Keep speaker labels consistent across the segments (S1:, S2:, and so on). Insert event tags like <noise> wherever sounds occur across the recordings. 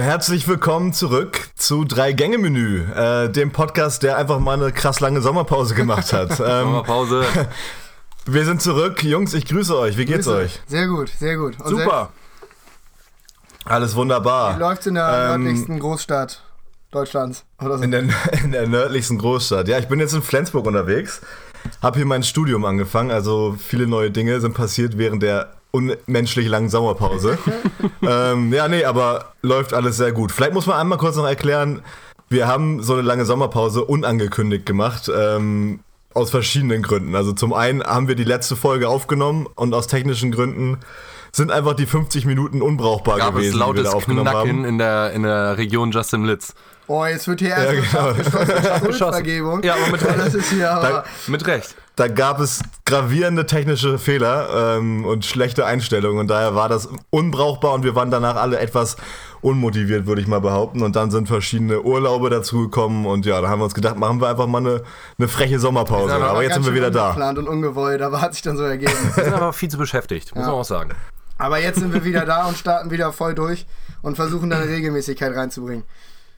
S1: herzlich willkommen zurück zu Drei-Gänge-Menü, äh, dem Podcast, der einfach mal eine krass lange Sommerpause gemacht hat. ähm, <laughs>
S2: Sommerpause.
S1: wir sind zurück. Jungs, ich grüße euch. Wie geht's euch?
S3: Sehr gut, sehr gut. Und
S2: Super.
S1: Alles wunderbar.
S3: Läuft in der
S1: Ähm,
S3: nördlichsten Großstadt Deutschlands oder so.
S1: In der, <laughs> in der nördlichsten Großstadt. Ja, ich bin jetzt in Flensburg unterwegs. Hab hier mein Studium angefangen. Also viele neue Dinge sind passiert während der unmenschlich langen Sommerpause. ähm, ja, nee, aber läuft alles sehr gut. Vielleicht muss man einmal kurz noch erklären, wir haben so eine lange Sommerpause unangekündigt gemacht. Ähm, aus verschiedenen Gründen. Also zum einen haben wir die letzte Folge aufgenommen und aus technischen Gründen sind einfach die 50 Minuten unbrauchbar
S2: Gab
S1: gewesen,
S2: es
S1: die wir
S2: lautes
S1: da aufgenommen
S2: Knacken
S1: haben.
S2: in der, in der Region Justin Litz.
S3: Oh, jetzt wird hier erst
S1: Ja, <laughs> genau. <laughs>
S3: geschossen,
S2: Geschossen.
S3: Schuldvergebung.
S2: Ja, aber mit-
S3: das ist hier aber.
S2: <laughs> Mit Recht.
S1: Da gab es gravierende technische Fehler ähm, und schlechte Einstellungen und daher war das unbrauchbar und wir waren danach alle etwas unmotiviert, würde ich mal behaupten. Und dann sind verschiedene Urlaube dazugekommen und ja, da haben wir uns gedacht, machen wir einfach mal eine, eine freche Sommerpause.
S2: Ja,
S1: Aber jetzt
S3: ganz
S1: sind wir wieder
S3: schön
S1: da.
S3: ungeplant und ungewollt, aber hat sich dann so ergeben.
S2: Wir sind aber viel zu beschäftigt, muss
S3: Ja.
S2: man auch sagen.
S3: aber jetzt sind wir wieder da und starten wieder voll durch und versuchen da eine Regelmäßigkeit reinzubringen.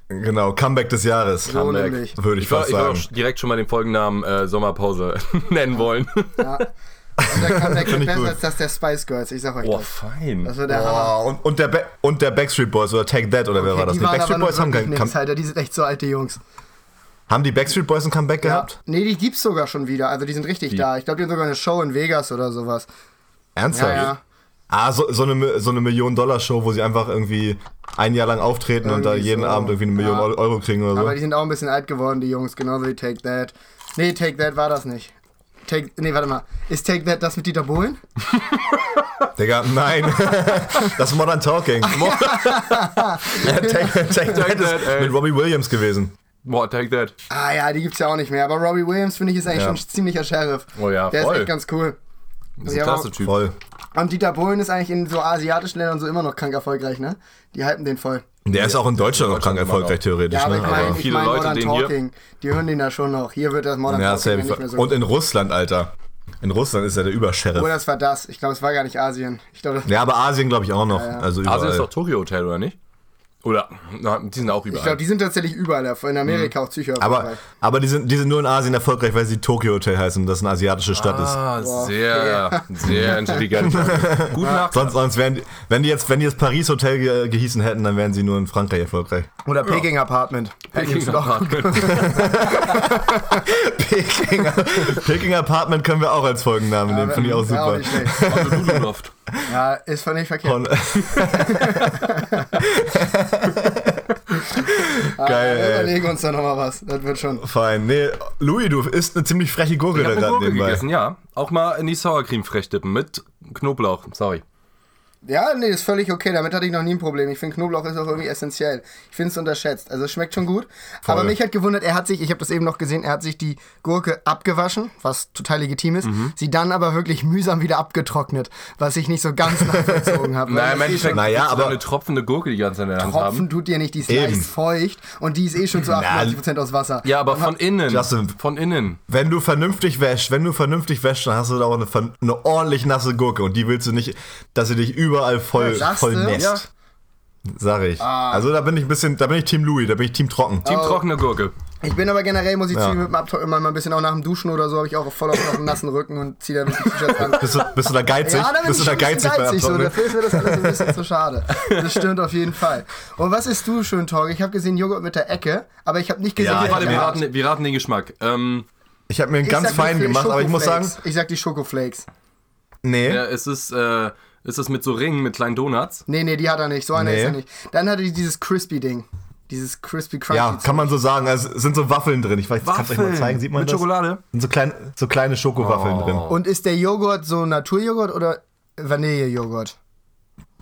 S1: Genau, Comeback des Jahres,
S3: Comeback.
S1: würde ich,
S2: Ich war,
S1: fast
S2: ich war auch
S1: sagen.
S2: sch- direkt schon mal den Folgennamen äh, Sommerpause <laughs> nennen wollen.
S3: Ja. Und
S1: <laughs>
S3: der Comeback ist
S1: ich
S3: besser
S1: gut.
S3: als das der Spice Girls, ich sag euch
S2: Boah,
S3: das.
S2: fein.
S3: Das war der Hammer.
S1: Oh, und, und, der Ba- und der Backstreet Boys oder Take That oder wer war das?
S3: die
S1: Die
S3: waren aber
S1: Backstreet
S3: nur
S1: Boys haben,
S3: wirklich
S1: kein,
S3: nichts,
S1: kam,
S3: Alter. Die sind echt so alte Jungs.
S1: haben die Backstreet Boys ein Comeback
S3: Ja.
S1: gehabt?
S3: Nee, die gibt's sogar schon wieder. Also die sind richtig da. Ich glaube, die haben sogar eine Show in Vegas oder sowas.
S1: Ernsthaft?
S3: Ja, ja.
S1: Ah, so, so eine, so eine Million-Dollar-Show, wo sie einfach irgendwie ein Jahr lang auftreten und da
S3: Irgendwie
S1: jeden
S3: so.
S1: Abend irgendwie eine Million
S3: Ja.
S1: Eu- Euro kriegen oder so.
S3: Aber die sind auch ein bisschen alt geworden, die Jungs, genauso wie Take That. Nee, Take That war das nicht. Take, nee, warte mal. Ist Take That das mit Dieter Bohlen?
S1: Digga,
S3: <laughs>
S1: nein. das ist Modern Talking. Mo <laughs> ja, take, take that
S2: that,
S1: ist
S2: ey.
S1: mit Robbie Williams gewesen.
S2: <laughs> Boah, take that.
S3: Ah ja, die gibt's ja auch nicht mehr. Aber Robbie Williams, finde ich, ist eigentlich
S1: Ja.
S3: schon ein ziemlicher Sheriff.
S2: Oh ja,
S3: Der
S2: voll.
S3: ist echt ganz cool.
S2: Das ist
S3: Ja,
S2: ein
S3: aber-
S2: klasse Typ.
S1: Voll.
S3: Und Dieter Bohlen ist eigentlich in so asiatischen Ländern so immer noch krank erfolgreich, ne? Die halten den voll.
S1: Der ist auch in Deutschland noch krank
S2: Deutschland immer
S1: erfolgreich, theoretisch.
S3: Ja, aber ich
S1: ne?
S3: meine,
S1: aber,
S3: ich
S2: viele
S3: mein
S2: Leute
S3: Modern
S2: den hier-
S3: Talking. Die hören den da schon noch. Hier wird das Modern
S1: ja,
S3: Talking
S1: safe.
S3: ja nicht mehr so.
S1: Und in Russland, Alter. In Russland ist er der
S3: oh,
S1: Übersheriff.
S3: das war das. Ich glaube, es war gar nicht Asien. Ich glaube, das-
S1: Ja, aber Asien glaube ich auch noch. Also überall.
S2: Asien ist doch Tokyo Hotel, oder nicht? Oder, na, die sind auch überall.
S3: ich glaube, die sind tatsächlich überall. In Amerika auch Psycho.
S1: aber, aber die, sind, die sind nur in Asien erfolgreich, weil sie Tokyo Hotel heißen und das eine asiatische Stadt ist.
S2: ah, sehr,
S3: <laughs>
S2: sehr
S1: <laughs>
S2: intelligent. Gut nach.
S1: Sonst, sonst wären die, wenn die jetzt, wenn die jetzt Paris Hotel ge gehießen hätten, dann wären sie nur in Frankreich erfolgreich. <laughs>
S3: Oder Peking Apartment. Peking
S1: Peking, Peking Apartment können wir auch als Folgennamen nehmen, finde ich auch super.
S3: nicht schlecht.
S2: Also, Honolulu-Loft.
S3: Ja, ist von nicht verkehrt. <laughs>
S1: Und-
S3: Ah,
S1: Geil,
S3: wir
S1: ey.
S3: überlegen uns da nochmal was. Das wird schon.
S1: Fein. Nee, Louis, du isst eine ziemlich freche Gurke
S2: Ich
S1: da
S2: habe
S1: gerade
S2: Gurke
S1: nebenbei.
S2: gegessen, ja. Auch mal in die Sour Cream frech dippen mit Knoblauch, sorry.
S3: Ja, nee, ist völlig okay. Damit hatte ich noch nie ein Problem. Ich finde, Knoblauch ist auch irgendwie essentiell. Ich finde es unterschätzt. Also, es schmeckt schon gut. Aber mich hat gewundert, er hat sich, ich habe das eben noch gesehen, er hat sich die Gurke abgewaschen, was total legitim ist.
S1: Mhm.
S3: Sie dann aber wirklich mühsam wieder abgetrocknet, was ich nicht so ganz nachvollzogen
S1: <laughs>
S3: habe.
S2: Naja, im Endeffekt
S1: Naja,
S2: willst du
S1: aber-
S2: so eine tropfende Gurke die ganze Zeit in der Hand
S3: eh Tropfen
S2: haben.
S3: tut dir nicht, die ist
S1: Eben.
S3: leicht feucht und die ist
S1: <laughs>
S3: eh schon zu 98% aus Wasser.
S2: Ja, aber von innen.
S1: Justin.
S2: Von innen.
S1: Wenn du vernünftig wäschst, wenn du vernünftig wäschst, dann hast du da auch eine, ver- eine ordentlich nasse Gurke und die willst du nicht, dass sie dich überall voll,
S3: Ja, Ah.
S1: voll
S3: Laste,
S1: nässt. Sag ich. Also da bin ich ein bisschen, da bin ich Team Louis, da bin ich Team Trocken.
S3: Ah,
S2: Team trockene Gurke.
S3: Ich bin aber generell, muss ich
S1: Ja.
S3: zugeben, mit dem Abtrocknen immer ein bisschen auch nach dem Duschen oder so, habe ich auch voll auf noch einen nassen Rücken und ziehe dann die
S1: <laughs>
S3: T-Shirts an.
S1: Bist du, bist du da geizig?
S3: Ja, da bin
S1: bist
S3: ich
S1: du da
S3: schon ein
S1: geizig,
S3: bisschen
S1: beim
S3: geizig so,
S1: Abtrocknen?
S3: dafür ist mir das alles ein
S1: <laughs>
S3: bisschen zu schade. Das stimmt auf jeden Fall. Und was isst du schön, Torge? Ich habe gesehen Joghurt mit der Ecke, aber ich habe nicht gesehen,
S1: Ja,
S3: wie
S1: ich
S2: Warte,
S1: hab
S3: der
S2: wir
S3: war.
S2: raten, wir raten den Geschmack. Ähm,
S1: Ich habe mir einen
S3: Ich
S1: ganz
S3: sag, wie
S1: feinen
S3: viel
S1: gemacht, aber ich muss sagen,
S3: Schokoflakes. Ich sag die Schokoflakes.
S1: nee.
S2: ja, es ist, äh, es ist mit so Ringen, mit kleinen Donuts.
S3: Nee, nee, die hat er nicht. So eine
S1: Nee.
S3: ist er nicht. Dann hatte ich dieses Crispy-Ding. Dieses Crispy Crunchy.
S1: Ja, kann man so sagen. Also es sind so Waffeln drin. Ich weiß, kann euch mal
S2: Waffeln
S1: zeigen. Sieht man
S2: mit
S1: das?
S2: Schokolade? Oh.
S1: Sind so, klein, so kleine Schokowaffeln
S3: Und ist der Joghurt so Naturjoghurt oder Vanillejoghurt?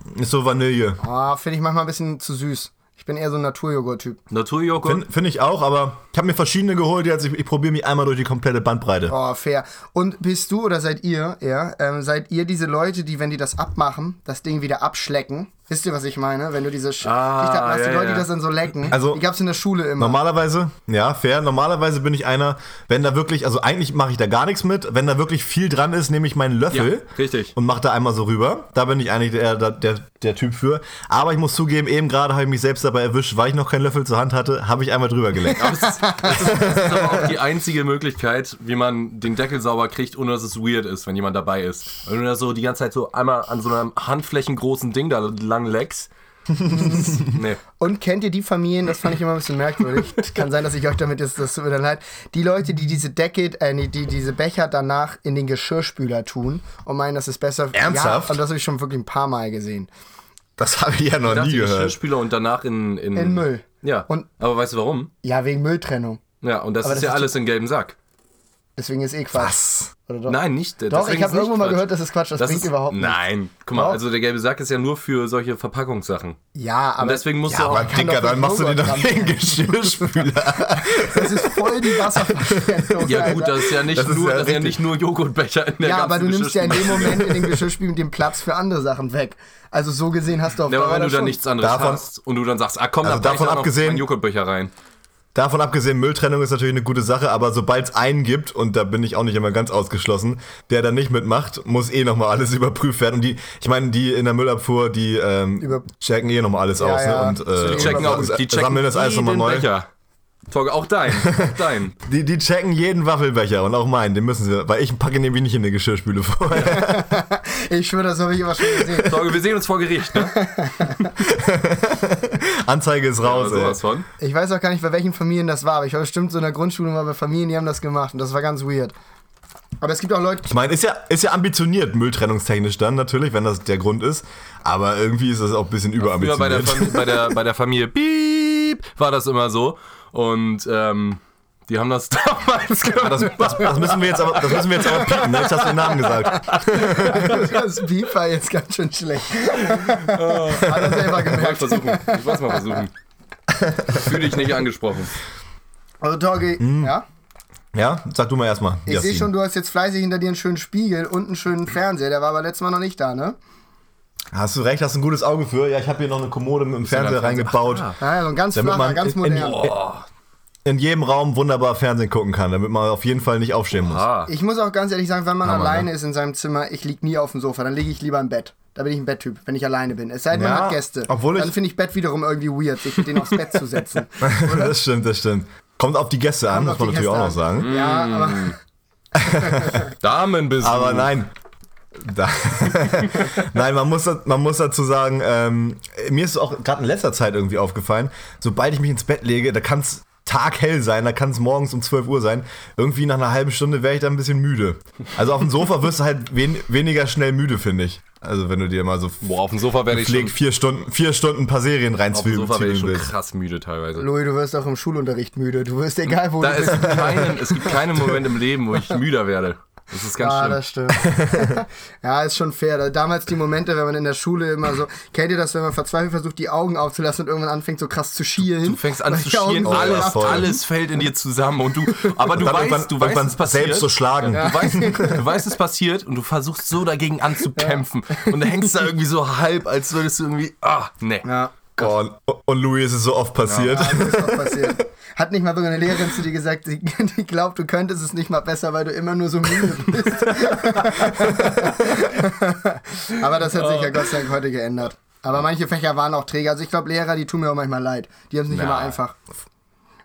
S1: drin. Ist so Vanille.
S3: Ah, finde ich manchmal ein bisschen zu süß. Ich bin eher so ein Naturjoghurt-Typ.
S2: Naturjoghurt.
S1: Finde find ich auch, aber ich habe mir verschiedene geholt. Jetzt, ich ich probiere mich einmal durch die komplette Bandbreite.
S3: Oh, fair. Und bist du oder seid ihr, ja, ähm, seid ihr diese Leute, die, wenn die das abmachen, das Ding wieder abschlecken, Wisst ihr, was ich meine? Wenn du diese Sch
S2: Ah,
S3: Schicht hast, die
S2: ja,
S3: Leute,
S2: ja.
S3: die das dann so lecken.
S1: Also-
S3: die gab es in der Schule immer.
S1: Normalerweise, ja, fair. Normalerweise bin ich einer, wenn da wirklich, also eigentlich mache ich da gar nichts mit. Wenn da wirklich viel dran ist, nehme ich meinen Löffel.
S2: Ja, richtig.
S1: Und mache da einmal so rüber. Da bin ich eigentlich der, der, der, der Typ für. Aber ich muss zugeben, eben gerade habe ich mich selbst dabei erwischt, weil ich noch keinen Löffel zur Hand hatte, habe ich einmal drüber geleckt.
S2: Aber es
S3: <laughs>
S2: ist, es ist, es ist aber auch die einzige Möglichkeit, wie man den Deckel sauber kriegt, ohne dass es weird ist, wenn jemand dabei ist. Wenn du da so die ganze Zeit so einmal an so einem handflächengroßen Ding da lang
S3: <laughs>
S2: leckst. nee.
S3: Und kennt ihr die Familien, das fand ich immer ein bisschen merkwürdig. Kann sein, dass ich euch damit jetzt, das tut mir dann leid. Die Leute, die diese Decke, äh, die, die diese Becher danach in den Geschirrspüler tun und meinen, das ist besser.
S1: Ernsthaft?
S3: Ja, und das habe ich schon wirklich ein paar Mal gesehen.
S1: Das habe ich ja noch
S2: Nach
S1: nie
S2: dem
S1: gehört.
S2: Geschirrspüler und danach in, in,
S3: In Müll.
S2: Ja.
S3: Und-
S2: aber weißt du warum?
S3: Ja, wegen Mülltrennung.
S2: Ja, und das
S3: Aber
S2: ist
S3: das
S2: ja
S3: ist-
S2: alles in gelben Sack.
S3: Deswegen ist eh Quatsch. Was? Oder doch?
S2: Nein, nicht.
S3: Doch, ich habe irgendwo mal gehört, das ist Quatsch, das, bringt
S2: ist,
S3: überhaupt nichts.
S2: Nein, guck mal,
S3: Doch.
S2: also der gelbe Sack ist ja nur für solche Verpackungssachen.
S3: Ja, aber
S2: Deswegen musst du
S1: Ja, aber
S2: auch.
S3: kann
S1: Dicker,
S3: doch
S1: dann
S3: nicht
S1: machst du dir
S3: Joghurt
S1: doch den Geschirrspüler.
S3: das ist voll die Wasserverschwendung.
S2: Ja,
S3: Alter.
S2: gut, das ist ja nicht,
S1: Das ist
S2: nur,
S1: ja
S2: das ist ja nicht
S1: richtig.
S2: nur Joghurtbecher in der
S3: Ja, aber du
S2: ganzen
S3: nimmst ja in dem
S2: Geschirrspüler.
S3: Moment in
S2: <laughs>
S3: den Geschirrspülen den Platz für andere Sachen weg. Also so gesehen hast du auf
S2: Ja, aber
S3: Dauer
S2: wenn du
S3: das
S2: dann
S3: schon.
S2: nichts anderes
S1: Davon-
S2: hast und du dann sagst, ah komm,
S1: Also
S2: da pack ich
S1: davon
S2: dann noch
S1: abgesehen-
S2: meinen Joghurtbecher rein.
S1: Davon abgesehen, Mülltrennung ist natürlich eine gute Sache, aber sobald es einen gibt, und da bin ich auch nicht immer ganz ausgeschlossen, der da nicht mitmacht, muss eh nochmal alles <laughs> überprüft werden. Und die, ich meine, die in der Müllabfuhr, die ähm,
S3: Über-
S1: checken eh nochmal alles aus,
S3: ja.
S1: ne? Und,
S3: Die
S1: äh,
S2: Die checken
S1: und
S2: auch, die checken
S1: sammeln das alles nochmal
S2: jeden
S1: neu.
S2: Becher. Torge, auch dein,
S1: <laughs>
S2: auch dein.
S1: Die, die checken jeden Waffelbecher und auch meinen, den müssen sie, weil ich packe ihn nämlich nicht in die Geschirrspüle <laughs> vorher.
S3: Ich schwöre, das habe ich immer schon gesehen.
S2: Torge, wir sehen uns vor Gericht, ne?
S1: Anzeige ist
S2: Oder
S1: raus,
S2: sowas
S1: ey.
S2: von.
S3: Ich weiß auch gar nicht, bei welchen Familien das war, aber ich war bestimmt so in der Grundschule mal bei Familien, die haben das gemacht und das war ganz weird. Aber es gibt auch Leute,
S1: Ich meine, ist ja, ist ja ambitioniert, mülltrennungstechnisch dann natürlich, wenn das der Grund ist. Aber irgendwie ist das auch ein bisschen
S2: Früher
S1: überambitioniert.
S2: bei der, Fam- bei, der, bei der Familie Piep war das immer so. Und ähm, die haben das <laughs> damals gemacht.
S1: Ah, das, das, das müssen wir jetzt aber, das müssen wir jetzt aber piepen, ne? Jetzt hast du den Namen gesagt.
S2: <laughs>
S3: das Beep war jetzt ganz schön schlecht.
S2: Ah.
S3: Hat er selber
S2: Ich wollte
S3: gemerkt.
S2: versuchen. Ich wollte es mal versuchen.
S1: <laughs>
S2: Fühle dich nicht angesprochen.
S3: Also Torge, ja?
S1: Ja, sag du mal erstmal.
S3: Ich sehe schon, du hast jetzt fleißig hinter dir einen schönen Spiegel und einen schönen Fernseher, der war aber letztes Mal noch nicht da, ne?
S1: Hast du recht, hast ein gutes Auge für. Ja, ich habe hier noch eine Kommode mit dem Fernseher reingebaut,
S3: Ja, ja, so ein ganz
S1: damit
S3: flacher,
S1: man
S3: ganz
S1: in, in,
S3: modern.
S1: in, in jedem Raum wunderbar Fernsehen gucken kann, damit man auf jeden Fall nicht aufstehen muss.
S2: Ah,
S3: Ich muss auch ganz ehrlich sagen, wenn man
S1: Hammer,
S3: alleine
S1: ne?
S3: ist in seinem Zimmer, ich liege nie auf dem Sofa, dann liege ich lieber im Bett. Da bin ich ein Betttyp, wenn ich alleine bin. Es sei denn, man
S1: Ja,
S3: hat Gäste.
S1: obwohl ich-
S3: dann finde ich Bett wiederum irgendwie weird, sich mit denen aufs Bett
S2: <laughs>
S3: zu setzen.
S1: <laughs>
S2: Mm.
S1: das stimmt, das stimmt. Kommt auf die Gäste an,
S3: Kommt
S1: muss
S3: auf
S1: man
S3: die
S1: natürlich auch noch
S3: Gäste
S1: sagen.
S3: Ja, aber
S2: Damenbesuch.
S1: Aber nein. Da, <laughs> Nein, man muss, da- man muss dazu sagen, ähm, mir ist auch gerade in letzter Zeit irgendwie aufgefallen, sobald ich mich ins Bett lege, da kann es taghell sein, da kann es morgens um 12 Uhr sein. Irgendwie nach einer halben Stunde wäre ich dann ein bisschen müde. Also auf dem Sofa wirst du halt wen, weniger schnell müde, finde ich. Also wenn du dir mal so
S2: Boah, auf dem Sofa werde ich
S1: pfleg
S2: schon,
S1: vier Stunden, vier Stunden ein paar Serien
S2: auf dem
S1: reinzwiebeln
S2: Sofa werde ich schon
S1: willst.
S2: krass müde teilweise.
S3: Louis, du wirst auch im Schulunterricht müde. Du wirst egal, wo
S2: Da
S3: du
S2: ist
S3: bist.
S2: keinen, es gibt keinen Moment im Leben, wo ich müder werde. Das ist
S1: Ah,
S2: ganz
S3: Ja,
S2: schlimm.
S3: das stimmt.
S2: <laughs>
S3: ja, ist schon fair. Damals die Momente, wenn man in der Schule immer so, kennt ihr das, wenn man verzweifelt versucht, die Augen aufzulassen und irgendwann anfängt, so krass zu schielen?
S2: Du fängst an
S3: Weil
S2: zu
S3: die Augen
S2: schielen,
S3: so
S1: alle-
S2: alles,
S1: voll.
S2: alles fällt in dir zusammen und du, aber du
S1: Dann irgendwann-
S2: weißt, du weißt,
S1: irgendwann
S2: es passiert.
S1: selbst so schlagen.
S2: Du weißt, du weißt, es passiert und du versuchst so dagegen anzukämpfen und dann hängst da irgendwie so halb, als würdest du irgendwie, ah, nee.
S3: <laughs> Ja.
S1: Und, und Louis es ist so oft passiert.
S3: Ja, das ist
S1: <laughs>
S3: auch passiert. Hat nicht mal eine Lehrerin zu dir gesagt, die, <laughs> die glaubt, du könntest es nicht mal besser, weil du immer nur so müde
S1: <laughs>
S3: bist. Aber das hat
S1: Oh.
S3: sich ja Gott sei Dank heute geändert. Aber manche Fächer waren auch träge. Also ich glaube, Lehrer, die tun mir auch manchmal leid. Die haben es nicht
S2: Na.
S3: immer einfach.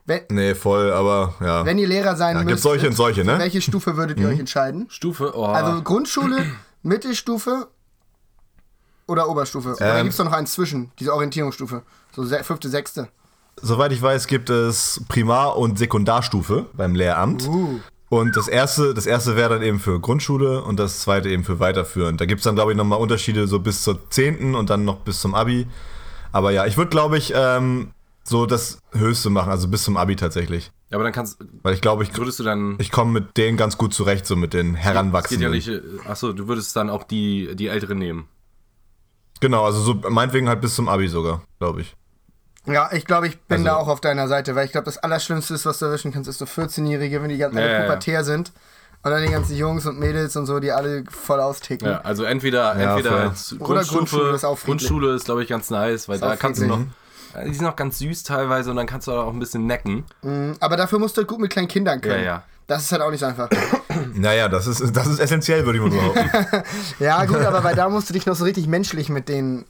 S3: Wenn,
S1: Nee, voll, aber ja.
S3: wenn ihr Lehrer sein
S1: Ja,
S3: müsst,
S1: gibt's solche und solche, ne? Ah.
S3: welche Stufe würdet ihr euch entscheiden?
S2: Stufe, oh.
S1: <clears throat>
S3: Also Grundschule, Mittelstufe oder Oberstufe? Oder
S1: Ähm.
S3: gibt es doch noch eins zwischen, diese Orientierungsstufe? So se fünfte, sechste.
S1: Soweit ich weiß, gibt es Primar- und Sekundarstufe beim Lehramt. Und das erste, das erste wäre dann eben für Grundschule und das zweite eben für weiterführend. Da gibt es dann, glaube ich, nochmal Unterschiede so bis zur 10. und dann noch bis zum Abi. Aber ja, ich würde, glaube ich, ähm, so das Höchste machen, also bis zum Abi tatsächlich.
S2: aber dann kannst,
S1: Weil ich glaube, ich,
S2: würdest du dann,
S1: ich komme mit denen ganz gut zurecht, so mit den
S2: es geht ja
S1: Heranwachsenden.
S2: nicht, äh, achso, du würdest dann auch die, die Älteren nehmen.
S1: Genau, also so meinetwegen halt bis zum Abi sogar, glaube ich.
S3: Ja, ich glaube, ich bin
S1: Also-
S3: da auch auf deiner Seite, weil ich glaube, das Allerschlimmste ist, was du erwischen kannst, ist so 14-Jährige, wenn die ganz
S2: Ja,
S3: alle
S2: ja, ja.
S3: pubertär sind Und dann die ganzen Jungs und Mädels und so, die alle voll austicken.
S2: Ja, also entweder,
S1: Ja,
S2: entweder
S1: voll.
S2: Grundstufe,
S3: Oder Grundschule ist auch friedlich.
S2: Grundschule ist, glaube ich, ganz nice, weil
S3: Ist ne?
S2: da
S3: auch
S2: kannst du noch.
S3: friedlich.
S2: Die sind auch ganz süß teilweise und dann kannst du auch ein bisschen necken.
S3: Aber dafür musst du halt gut mit kleinen Kindern
S2: Ja,
S3: können.
S2: ja.
S3: Das ist halt auch nicht so einfach.
S1: Naja, das ist, das ist essentiell, würde ich mal behaupten.
S2: <laughs>
S3: Ja, gut, aber weil da musst du dich noch so richtig menschlich mit denen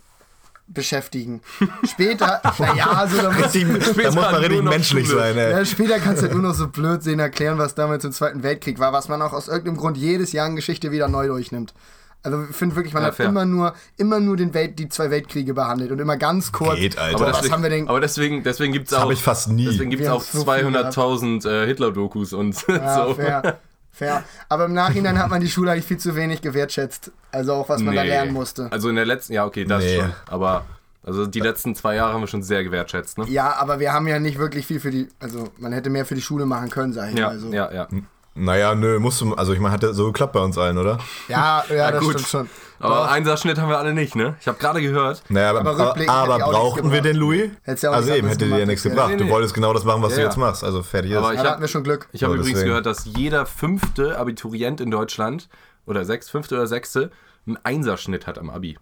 S3: beschäftigen.
S2: <laughs>
S3: Später, naja, so, da musst
S1: Richtig, da muss man
S2: Nur
S1: richtig
S2: noch
S1: menschlich
S2: Schule.
S1: sein, ey.
S3: Ja, später kannst du nur noch so blöd sehen erklären, was damals im Zweiten Weltkrieg war, was man auch aus irgendeinem Grund jedes Jahr in Geschichte wieder neu durchnimmt. Also ich finde wirklich, man
S2: Ja,
S3: hat
S2: fair.
S3: immer nur, immer nur den Welt, die zwei Weltkriege behandelt und immer ganz kurz.
S1: Geht, Alter.
S2: Aber,
S1: Aber
S3: was
S2: deswegen,
S3: haben wir denn?
S2: aber deswegen, deswegen gibt es auch.
S1: hab ich fast nie.
S2: Deswegen gibt es
S3: Wir
S2: auch
S3: haben so viel
S2: 200.000 äh, Hitler-Dokus und <laughs>
S3: ja,
S2: so.
S3: fair, fair. Aber im Nachhinein hat man die Schule eigentlich viel zu wenig gewertschätzt. Also auch, was man da
S2: Nee.
S3: lernen musste.
S2: Also in der letzten, ja, okay, das
S1: Nee.
S2: schon. Aber also die letzten zwei Jahre haben wir schon sehr gewertschätzt, ne?
S3: Ja, aber wir haben ja nicht wirklich viel für die, also man hätte mehr für die Schule machen können, sag ich
S2: Ja,
S3: mal so.
S2: ja, ja.
S1: Hm. Naja, nö, musst du, also ich meine, hat das so geklappt bei uns allen, oder?
S3: ja, ja, das
S2: gut.
S3: stimmt schon.
S2: Aber Einserschnitt haben wir alle nicht, ne? Ich habe gerade gehört.
S1: Naja, aber,
S3: Aber rückblickend
S1: aber,
S3: hätte ich auch nichts
S1: brauchten wir
S3: gebracht.
S1: den Louis?
S3: Hättest ja auch
S1: also
S3: nichts
S1: eben,
S3: anderes
S1: hätte dir ja
S3: gemacht,
S1: nichts
S3: ja.
S1: gebracht.
S2: Nee, nee.
S1: Du wolltest genau das machen, was
S2: Ja,
S1: du jetzt
S2: ja.
S1: machst. Also fertig
S2: Aber
S1: ist.
S2: ich
S3: Ja, da
S2: hab-
S3: hatten wir schon Glück.
S2: Ich habe
S1: Ja,
S2: übrigens
S1: deswegen.
S2: gehört, dass jeder fünfte Abiturient in Deutschland oder sechs, fünfte oder sechste einen Einserschnitt hat am Abi.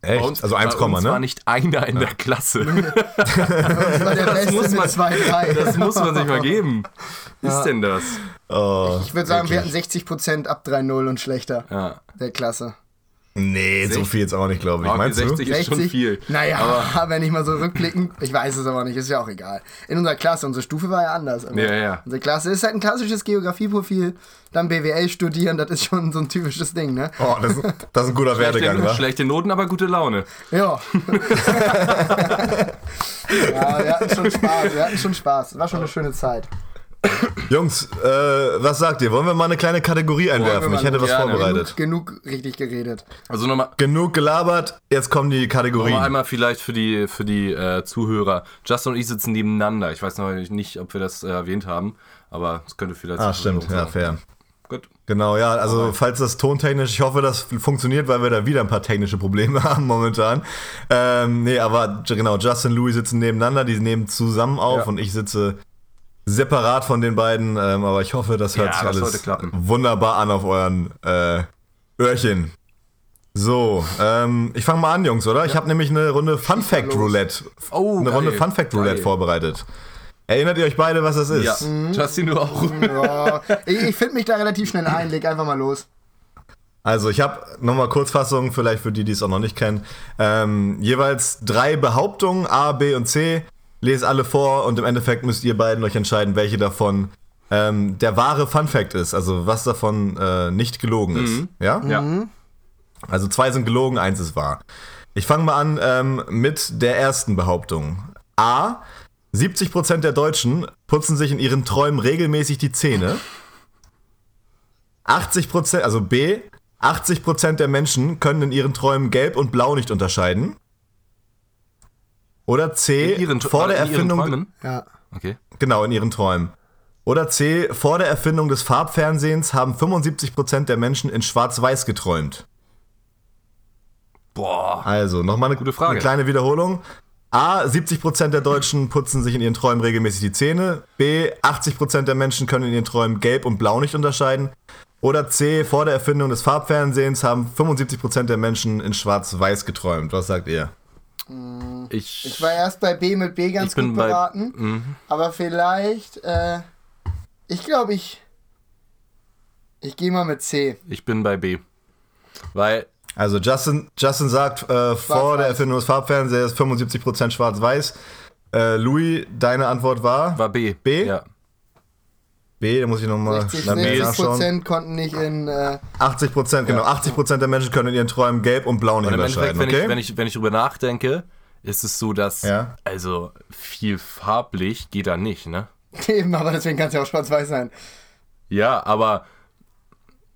S1: Echt? also 1,
S2: bei uns
S1: ne?
S2: war nicht einer in der Klasse. <laughs>
S3: Das war der Beste
S2: muss
S3: mit
S2: man-
S3: zwei, drei.
S2: <laughs> Das muss man sich mal geben. Was ist denn das?
S1: Oh,
S3: Ich würde sagen, wir hatten 60% ab 3-0 und schlechter
S2: Ja.
S3: der Klasse.
S1: nee, so viel jetzt auch nicht, glaube ich.
S2: Okay,
S1: Meinst
S2: 60
S1: du?
S2: ist schon viel.
S3: Naja,
S2: Aber,
S3: <laughs> wenn ich mal so rückblicken, ich weiß es aber nicht, ist ja auch egal. In unserer Klasse, unsere Stufe war ja anders. aber
S2: Ja, ja.
S3: Unsere Klasse ist halt ein klassisches Geografieprofil, dann BWL studieren, das ist schon so ein typisches Ding, ne?
S1: Oh, das, ist- das ist
S2: <laughs>
S1: ein guter Werdegang,
S2: schlechte,
S1: wa?
S2: schlechte Noten, aber gute Laune. <laughs>
S3: Ja. ja, wir hatten schon Spaß, wir hatten schon Spaß. War schon eine schöne Zeit.
S1: Jungs, äh, was sagt ihr? Wollen wir mal eine kleine Kategorie einwerfen? Ich hätte was
S2: Gerne.
S1: vorbereitet.
S3: Genug richtig geredet.
S2: Also nochmal.
S1: Genug gelabert, jetzt kommen die Kategorien.
S2: Nochmal einmal vielleicht für die, für die äh, Zuhörer. Justin und ich sitzen nebeneinander. Ich weiß noch nicht, ob wir das äh, erwähnt haben, aber es könnte vielleicht.
S1: Ah, stimmt, ja,
S2: sein.
S1: fair.
S2: Gut.
S1: Genau, ja, also falls das tontechnisch, ich hoffe, das funktioniert, weil wir da wieder ein paar technische Probleme <laughs> haben momentan. Ähm, nee, aber j- genau, Justin und Louis sitzen nebeneinander, die nehmen zusammen auf
S2: Ja.
S1: und ich sitze separat von den beiden, ähm, aber ich hoffe, das hört
S2: Ja,
S1: sich
S2: das sollte
S1: alles
S2: klappen.
S1: wunderbar an auf euren äh, Öhrchen. So, ähm, ich fange mal an, Jungs, oder? Ich habe nämlich eine Runde Fun Fact Roulette.
S2: Oh,
S1: eine
S2: geil.
S1: Runde Fun Fact Roulette
S2: Geil.
S1: vorbereitet. Erinnert ihr euch beide, was das ist?
S2: Ja,
S3: Mhm.
S2: Justin, du auch.
S3: Ja, ich ich finde mich da relativ schnell ein, leg einfach mal los.
S1: Also ich habe nochmal Kurzfassung, vielleicht für die, die es auch noch nicht kennen. Ähm, jeweils drei Behauptungen, A, B und C. Lese alle vor und im Endeffekt müsst ihr beiden euch entscheiden, welche davon ähm, der wahre Fun Fact ist. Also was davon äh, nicht gelogen ist. Ja?
S2: Ja.
S1: Also zwei sind gelogen, eins ist wahr. Ich fange mal an ähm, mit der ersten Behauptung. A. 70% der Deutschen putzen sich in ihren Träumen regelmäßig die Zähne. 80%, also B. 80% der Menschen können in ihren Träumen Gelb und Blau nicht unterscheiden. Oder C.
S2: In ihren-
S1: vor der
S2: in ihren
S1: Erfindung
S2: Träumen?
S3: Ja.
S2: Okay.
S1: Genau, in ihren Träumen. Oder C. Vor der Erfindung des Farbfernsehens haben 75% der Menschen in Schwarz-Weiß geträumt.
S2: Boah.
S1: Also, nochmal eine,
S2: Gute Frage.
S1: eine kleine Wiederholung. A. 70% der Deutschen putzen sich in ihren Träumen regelmäßig die Zähne. B. 80% der Menschen können in ihren Träumen Gelb und Blau nicht unterscheiden. Oder C. Vor der Erfindung des Farbfernsehens haben 75% der Menschen in Schwarz-Weiß geträumt. Was sagt ihr?
S2: Ich,
S3: Ich war erst bei B mit B ganz
S2: Ich bin
S3: gut
S2: bei- Mhm.
S3: beraten. Aber vielleicht, äh, ich glaube, ich. Ich gehe mal mit C.
S2: ich bin bei B. Weil,
S1: Also, Justin, Justin sagt, äh, vor der Erfindung des Farbfernsehens 75% Schwarz-Weiß. Äh, Louis, deine Antwort war?
S2: war B.
S1: B?
S2: Ja.
S1: B, da muss ich nochmal
S3: 60,
S1: nachschauen.
S3: 60% konnten nicht in. Äh, <laughs>
S1: 80%, genau. 80% der Menschen können in ihren Träumen Gelb und Blau nicht
S2: Und im Endeffekt,
S1: unterscheiden.
S2: wenn,
S1: okay?
S2: ich, wenn, ich, wenn ich drüber nachdenke, ist es so, dass
S1: Ja.
S2: also viel farblich geht da nicht, ne?
S3: eben, aber deswegen kann es ja auch schwarz-weiß sein.
S2: Ja, aber.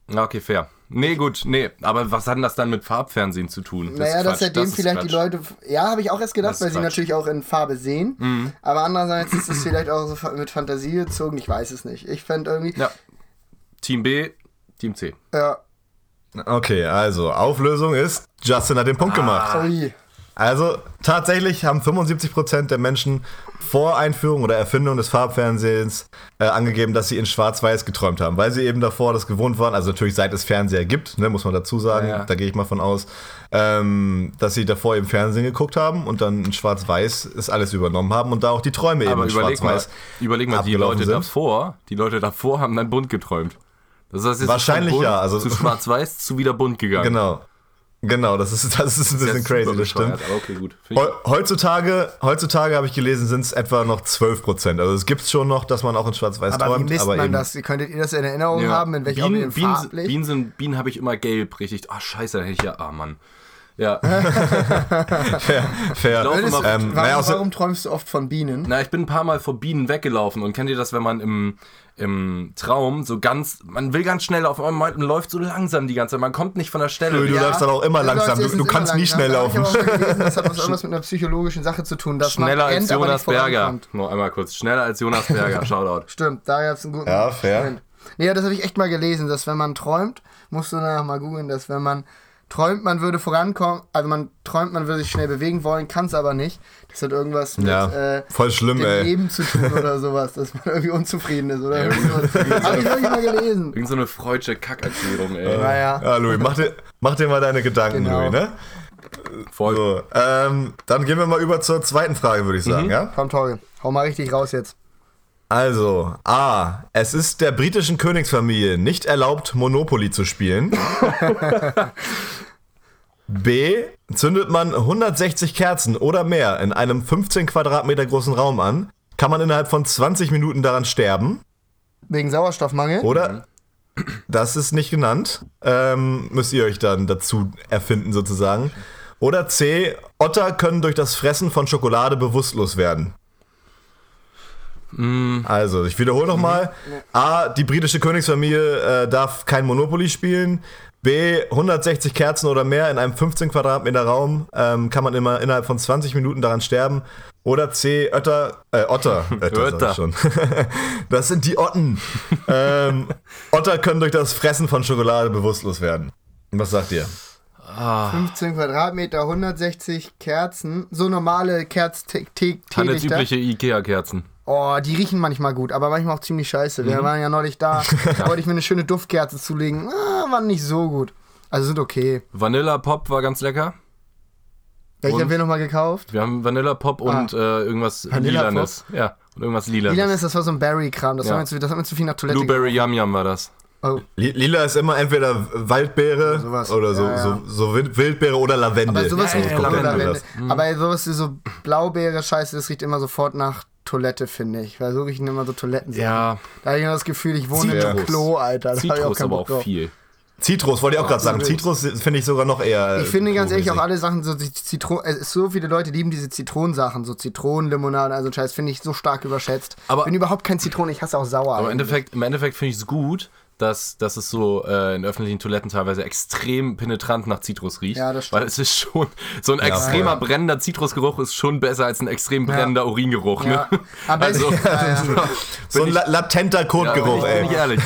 S2: na, Okay, fair. Nee, gut, nee. Aber was hat denn das dann mit Farbfernsehen zu tun? Das
S3: naja,
S2: ist
S3: dass
S2: Quatsch,
S3: seitdem
S2: ist
S3: vielleicht die
S2: Quatsch.
S3: Leute. Ja, habe ich auch erst gedacht,
S2: Das ist
S3: weil sie
S2: Quatsch. Mhm.
S3: natürlich auch in Farbe sehen. Aber andererseits ist es vielleicht auch so fa- mit Fantasie gezogen. Ich weiß es nicht. Ich fände irgendwie.
S2: Ja. Team B, Team C.
S3: Ja.
S2: Ah.
S1: Okay, also Auflösung ist, Justin hat den Punkt gemacht.
S3: Ui.
S1: Also tatsächlich haben 75% der Menschen vor Einführung oder Erfindung des Farbfernsehens äh, angegeben, dass sie in Schwarz-Weiß geträumt haben, weil sie eben davor das gewohnt waren, also natürlich seit es Fernseher gibt, ne, muss man dazu sagen,
S2: Ja, ja.
S1: da gehe ich mal von aus, ähm, dass sie davor eben Fernsehen geguckt haben und dann in Schwarz-Weiß ist alles übernommen haben und da auch die Träume
S2: Aber
S1: eben in
S2: überleg mal,
S1: Schwarz-Weiß.
S2: überleg mal die
S1: abgelaufen
S2: Leute
S1: sind.
S2: davor, die Leute davor haben dann bunt geträumt. Das heißt, jetzt ist
S1: Wahrscheinlich
S2: von bunt
S1: ja, also-
S2: zu schwarz-weiß zu wieder bunt gegangen.
S1: Genau. Genau, das ist, <laughs> das ist ein
S2: Das
S1: bisschen
S2: ist
S1: crazy,
S2: super
S1: das stimmt.
S2: bescheuert, Aber okay, gut. Find ich-
S1: Heu- Heutzutage, heutzutage habe ich gelesen, sind es etwa noch 12 Prozent. Also es gibt schon noch, dass man auch in Schwarz-Weiß
S3: Aber wie
S1: träumt.
S3: misst
S1: aber
S3: man
S1: eben,
S3: das? Könntet ihr das in Erinnerung
S2: Ja.
S3: haben, in welcher
S2: Bienen,
S3: Bienen,
S2: Bienen,
S3: farblich?
S2: Bienen, sind- Bienen habe ich immer gelb, richtig. Ah, scheiße, da hätte ich ja. Ah, Mann. Ja.
S1: <laughs> Fair.
S2: glaub immer-
S1: ähm,
S3: warum,
S1: naja, außer,
S3: warum träumst du oft von Bienen?
S2: Na, ich bin ein paar Mal vor Bienen weggelaufen und kennt ihr das, wenn man im, im Traum so ganz, man will ganz schnell auf einmal, man läuft so langsam die ganze Zeit, man kommt nicht von der Stelle.
S1: Du läufst dann auch immer langsam.
S3: läufst
S1: Du-
S3: erstens
S1: du
S3: immer
S1: kannst nie
S3: langsam.
S1: schnell
S3: Da hab ich
S1: laufen.
S3: aber auch
S1: <laughs>
S3: gelesen, Das hat was irgendwas mit einer psychologischen Sache zu tun. Dass
S2: schneller
S3: man
S2: als
S3: rennt, aber
S2: Jonas
S3: nicht
S2: Berger.
S3: vorankommt.
S2: Nur einmal kurz. Schneller als Jonas
S1: <laughs>
S2: Berger, Shoutout.
S3: Stimmt, da gab es einen guten
S1: Ja, fair.
S3: Moment. Nee, ja, das habe ich echt mal gelesen, dass wenn man träumt, musst du danach mal googeln, dass wenn man träumt, man würde vorankommen, also man träumt, man würde sich schnell bewegen wollen, kann es aber nicht. Das hat irgendwas mit
S1: ja,
S3: äh,
S1: voll schlimm,
S3: dem
S1: ey.
S3: Leben zu tun oder sowas, dass man irgendwie unzufrieden ist oder irgendwas. Habe ich wirklich mal gelesen.
S2: Irgend so eine freudsche Kackerklärung, ey.
S3: Naja.
S1: <laughs> Ja, Louis, mach dir, mach dir mal deine Gedanken,
S3: Genau.
S1: Louis, ne?
S2: Voll.
S1: So, ähm, dann gehen wir mal über zur zweiten Frage, würde ich sagen, ja?
S3: Komm, Torge, hau mal richtig raus jetzt.
S1: Also, A. Es ist der britischen Königsfamilie nicht erlaubt, Monopoly zu spielen. B. Zündet man 160 Kerzen oder mehr in einem 15 Quadratmeter großen Raum an, kann man innerhalb von 20 Minuten daran sterben.
S3: Wegen Sauerstoffmangel?
S1: Oder? Das ist nicht genannt. Ähm, müsst ihr euch dann dazu erfinden, sozusagen. Oder C. Otter können durch das Fressen von Schokolade bewusstlos werden. Also, ich wiederhole nochmal.
S3: Mhm.
S1: A. Die britische Königsfamilie äh, darf kein Monopoly spielen. B. 160 Kerzen oder mehr in einem 15 Quadratmeter Raum ähm, kann man immer innerhalb von 20 Minuten daran sterben. Oder C. Otter. Äh,
S3: <laughs>
S1: Otter. Otter. sag
S2: Otter.
S1: ich schon. <laughs> das sind die Otten. ähm, Otter können durch das Fressen von Schokolade bewusstlos werden. Was sagt ihr?
S3: 15 Quadratmeter, 160 Kerzen, so normale Kerz-Teelichter.
S2: Handelsübliche Ikea-Kerzen.
S3: Oh, die riechen manchmal gut, aber manchmal auch ziemlich scheiße.
S2: Mhm.
S3: Wir waren ja neulich
S2: <laughs>
S3: da, da wollte ich mir eine schöne Duftkerze zulegen. Ah, waren nicht so gut. Also sind okay.
S2: Vanilla Pop war ganz lecker.
S3: Welche
S2: Und?
S3: haben wir nochmal gekauft?
S2: Wir haben Vanilla Pop
S3: Ah.
S2: und äh, irgendwas
S3: Vanilla Pop?
S2: Lilanes. Ja, und irgendwas Lilanes.
S3: Lilan ist, das war so ein Berry-Kram. Das,
S2: Ja.
S3: haben wir zu- das haben wir zu viel nach Toilette
S2: Blueberry Yum Yum war das.
S3: ge- Oh.
S1: Li- Lila ist immer entweder Waldbeere
S3: sowas.
S1: oder so,
S3: Ja, ja.
S1: so, so Wild- Wildbeere oder Lavendel.
S3: Aber sowas
S1: So
S3: riecht
S2: ja, Mhm.
S1: kommt
S3: Lavendel.
S2: Lavendel.
S1: entweder
S3: Lavendel. Aber sowas wie so Blaubeere-Scheiße, das riecht immer sofort nach Toilette, finde ich. Weil so riechen immer so Toiletten.
S2: Ja,
S3: Da habe ich immer das Gefühl, ich wohne im
S1: Zitrus.
S3: Klo, Alter. Da hab ich
S2: Zitrus
S3: keinen
S2: aber
S3: Bock
S2: auch
S3: drauf.
S2: viel.
S1: das. Zitrus, wollte ich auch gerade sagen.
S3: Zitrus.
S1: Zitrus finde ich sogar noch eher. äh,
S3: Ich finde ganz ehrlich auch
S1: alle.
S3: alle Sachen, so die Zitronen, es ist so viele Leute lieben diese Zitronensachen, so Zitronenlimonade, also Scheiß, finde ich so stark überschätzt.
S2: Aber-
S3: ich bin überhaupt kein Zitronen, ich hasse auch sauer.
S2: Aber im Endeffekt, im Endeffekt finde ich es gut, dass, dass es so äh, in öffentlichen Toiletten teilweise extrem penetrant nach Zitrus riecht.
S3: Ja, das stimmt.
S2: Weil es ist schon, so ein extremer brennender Zitrusgeruch ist schon besser als ein extrem brennender Uringeruch. Ne?
S3: ja.
S2: <laughs>
S3: Aber
S2: Also,
S3: es, ja, ja.
S1: So ein la latenter Kotgeruch,
S2: bin ich,
S1: ey.
S2: bin ich
S3: <laughs>
S2: ehrlich.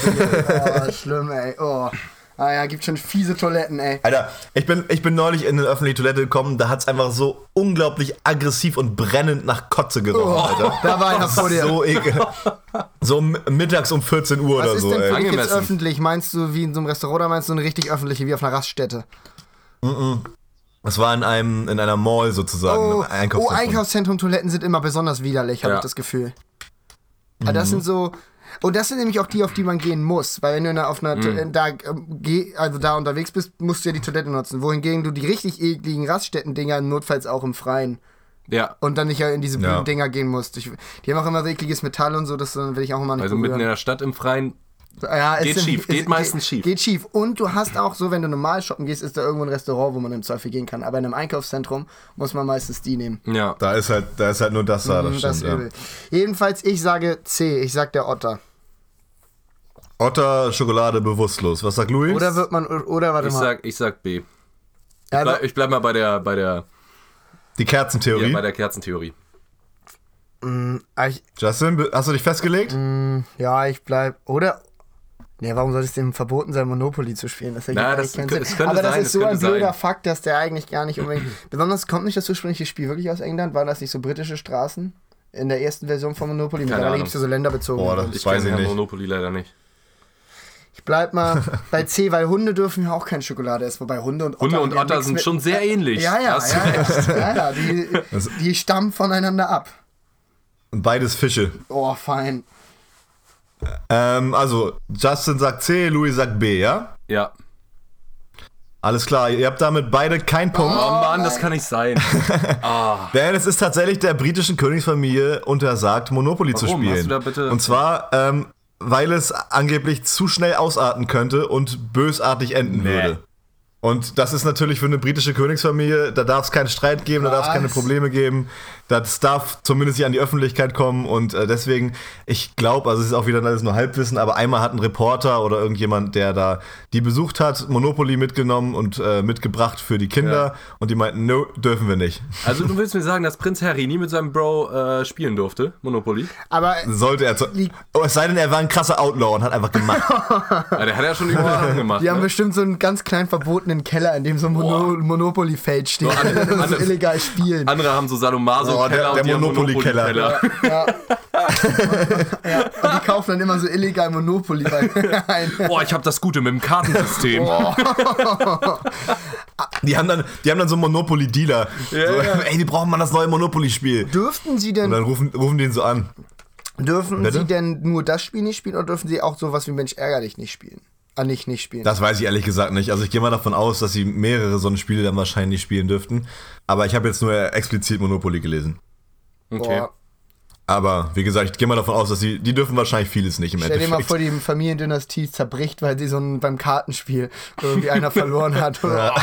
S3: Oh, schlimm, ey. Oh. Ah ja, gibt schon fiese Toiletten, ey.
S1: Alter, ich bin, ich bin neulich in eine öffentliche Toilette gekommen, da hat es einfach so unglaublich aggressiv und brennend nach Kotze gerochen,
S3: Oh.
S1: Alter.
S3: Da war
S2: <laughs>
S3: einer vor dir.
S1: So ekel. So m- mittags um 14 Uhr
S3: Was
S1: oder
S3: ist
S1: so,
S3: denn für
S1: ey.
S3: dich jetzt
S2: Angemessen.
S3: öffentlich? Meinst du wie in so einem Restaurant oder meinst du eine richtig öffentliche, wie auf einer Raststätte?
S1: Das war in einem, in einer Mall sozusagen. im
S3: Oh, oh,
S1: Einkaufszentrum.
S3: Einkaufszentrum, Toiletten sind immer besonders widerlich, habe
S2: Ja. Mhm.
S3: ich das Gefühl. Aber das sind so. Und das sind nämlich auch die, auf die man gehen muss. Weil wenn du in einer- auf
S2: Mhm.
S3: einer To- äh, da, ähm, geh- also da unterwegs bist, musst du ja die Toilette nutzen. Wohingegen du die richtig ekligen Raststätten-Dinger notfalls auch im Freien
S2: Ja,
S3: und dann nicht ja in diese
S1: Ja.
S3: blöden Dinger gehen musst. Ich, die haben auch immer so ekliges Metall und so, das äh, will ich auch immer nicht
S2: also mitten in der Stadt im Freien.
S3: ja,
S2: Geht
S3: es-
S2: schief,
S3: es-
S2: geht meistens schief.
S3: Geht schief. Und du hast auch so, wenn du normal shoppen gehst, ist da irgendwo ein Restaurant, wo man im Zweifel gehen kann. Aber in einem Einkaufszentrum muss man meistens die nehmen.
S2: Ja,
S1: Da ist halt, da ist halt nur das da, das
S3: Mhm,
S1: stimmt.
S3: das ist
S1: ja.
S3: übel. Jedenfalls, ich sage C, ich sag der Otter.
S1: Otter, Schokolade, bewusstlos. Was sagt Louis?
S3: Oder wird man, oder warte
S2: ich
S3: mal.
S2: sag, ich sag B.
S3: also,
S2: Bleib, ich bleib mal bei der, bei der,
S1: Die Kerzentheorie.
S2: ja, bei der Kerzentheorie.
S3: ah, ich, Ah, Mm.
S1: Justin, be- hast du dich festgelegt?
S3: ja, ich bleib, oder, Nee, warum soll es dem verboten sein, Monopoly zu spielen? Das ergibt
S2: Na,
S3: eigentlich
S2: das
S3: keinen
S2: kö-
S3: Sinn.
S2: es könnte
S3: Aber das
S2: sein,
S3: ist
S2: es
S3: so ein
S2: könnte
S3: blöder
S2: sein.
S3: Fakt, dass der eigentlich gar nicht unbedingt.
S2: <laughs>
S3: Besonders kommt nicht das ursprüngliche Spiel wirklich aus England? Waren das nicht so britische Straßen in der ersten Version von Monopoly? Mittlerweile
S2: Ahnung.
S3: gibt es ja so länderbezogen.
S1: Boah, das-
S2: Ich kenne
S1: Weiß ich
S2: Herrn
S1: nicht.
S2: Monopoly leider nicht.
S3: ich
S2: <laughs>
S3: bleib mal bei C, weil Hunde dürfen ja auch keine Schokolade essen. Wobei Hunde und Otter.
S2: Hunde
S3: haben
S2: und
S3: ja
S2: Otter
S3: nix
S2: sind
S3: mit-
S2: schon sehr ähnlich.
S3: Ja, ja,
S2: Hast du
S3: ja, ja, ja, ja die, die stammen voneinander ab.
S1: Und beides Fische.
S3: Oh, fein.
S1: Ähm, also, Justin sagt C, Louis sagt B, ja?
S2: Ja.
S1: Alles klar, ihr habt damit beide keinen Punkt.
S2: Oh Mann, das kann nicht sein.
S1: Denn es ist tatsächlich der britischen Königsfamilie untersagt, Monopoly zu
S2: Warum? Hast du
S1: spielen.
S2: da bitte-
S1: Und zwar, ähm, weil es angeblich zu schnell ausarten könnte und bösartig enden
S2: Nee.
S1: würde. Und das ist natürlich für eine britische Königsfamilie, da darf es keinen Streit geben, da darf es keine
S3: Was?
S1: Probleme geben, das darf zumindest nicht an die Öffentlichkeit kommen und äh, deswegen, ich glaube, also es ist auch wieder alles nur Halbwissen, aber einmal hat ein Reporter oder irgendjemand, der da die besucht hat, Monopoly mitgenommen und äh, mitgebracht für die Kinder und die meinten, no, dürfen wir nicht.
S2: Also du willst mir sagen, dass Prinz Harry nie mit seinem Bro äh, spielen durfte, Monopoly?
S3: Aber
S1: Sollte er. Zu oh, es sei denn, er war ein krasser Outlaw und hat einfach
S3: <laughs>
S1: gemacht.
S2: Ja, Ah, der hat ja schon überall gemacht.
S3: die haben
S2: ne?
S3: bestimmt so einen ganz kleinen verbotenen Keller, in dem so ein Mono Monopoly-Feld steht.
S2: So
S3: <laughs>
S2: alle-
S3: das
S2: alle-
S3: ist illegal spielen.
S2: Andere haben so
S1: Oh, der-
S2: Sadomaso-Keller
S1: der
S2: und die haben
S1: Monopoly-Keller.
S2: Monopoly-Keller.
S3: Ja. ja. Und die kaufen dann immer so illegal Monopoly bei
S2: <laughs>
S3: ein.
S2: Boah, ich hab das Gute mit dem Kartensystem.
S1: Die haben dann, die haben dann so einen Monopoly-Dealer. so, Ey, die brauchen mal das neue Monopoly-Spiel.
S3: Dürften sie
S1: Und dann
S3: denn,
S1: rufen, rufen die ihn so an.
S3: dürfen
S1: Bitte?
S3: sie denn nur das Spiel nicht spielen oder dürfen sie auch sowas wie Mensch ärgerlich nicht spielen? Ah, nicht nicht spielen.
S1: Das weiß ich ehrlich gesagt nicht. Also ich gehe mal davon aus, dass sie mehrere so eine Spiele dann wahrscheinlich spielen dürften. Aber ich habe jetzt nur explizit Monopoly gelesen.
S2: Okay.
S3: Boah.
S1: Aber wie gesagt, ich gehe mal davon aus, dass sie, die dürfen wahrscheinlich vieles nicht im
S3: Stell dir mal
S1: Endeffekt.
S3: vor, die Familiendynastie zerbricht, weil sie so ein, beim Kartenspiel irgendwie einer verloren hat. Oder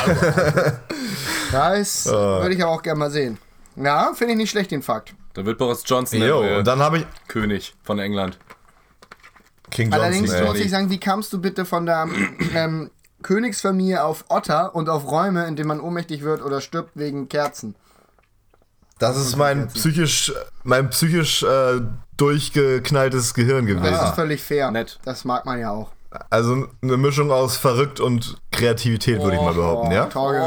S3: Nice. Würde ich aber auch gerne mal sehen. Ja, finde ich nicht schlecht, den Fakt.
S2: Da wird Boris Johnson
S1: Jo,
S2: äh,
S1: und dann habe ich
S2: König von England.
S1: King
S3: Allerdings
S1: Johnson.
S3: muss
S1: ey.
S3: ich sagen, wie kamst du bitte von der ähm, Königsfamilie auf Otter und auf Räume, in denen man ohnmächtig wird oder stirbt wegen Kerzen?
S1: Das ist mein psychisch, äh, mein psychisch äh, durchgeknalltes Gehirn gewesen.
S3: Das ist völlig fair.
S2: Nett.
S3: Das mag man ja auch.
S1: Also eine Mischung aus verrückt und Kreativität, würde ich mal behaupten, ja?
S3: Torge.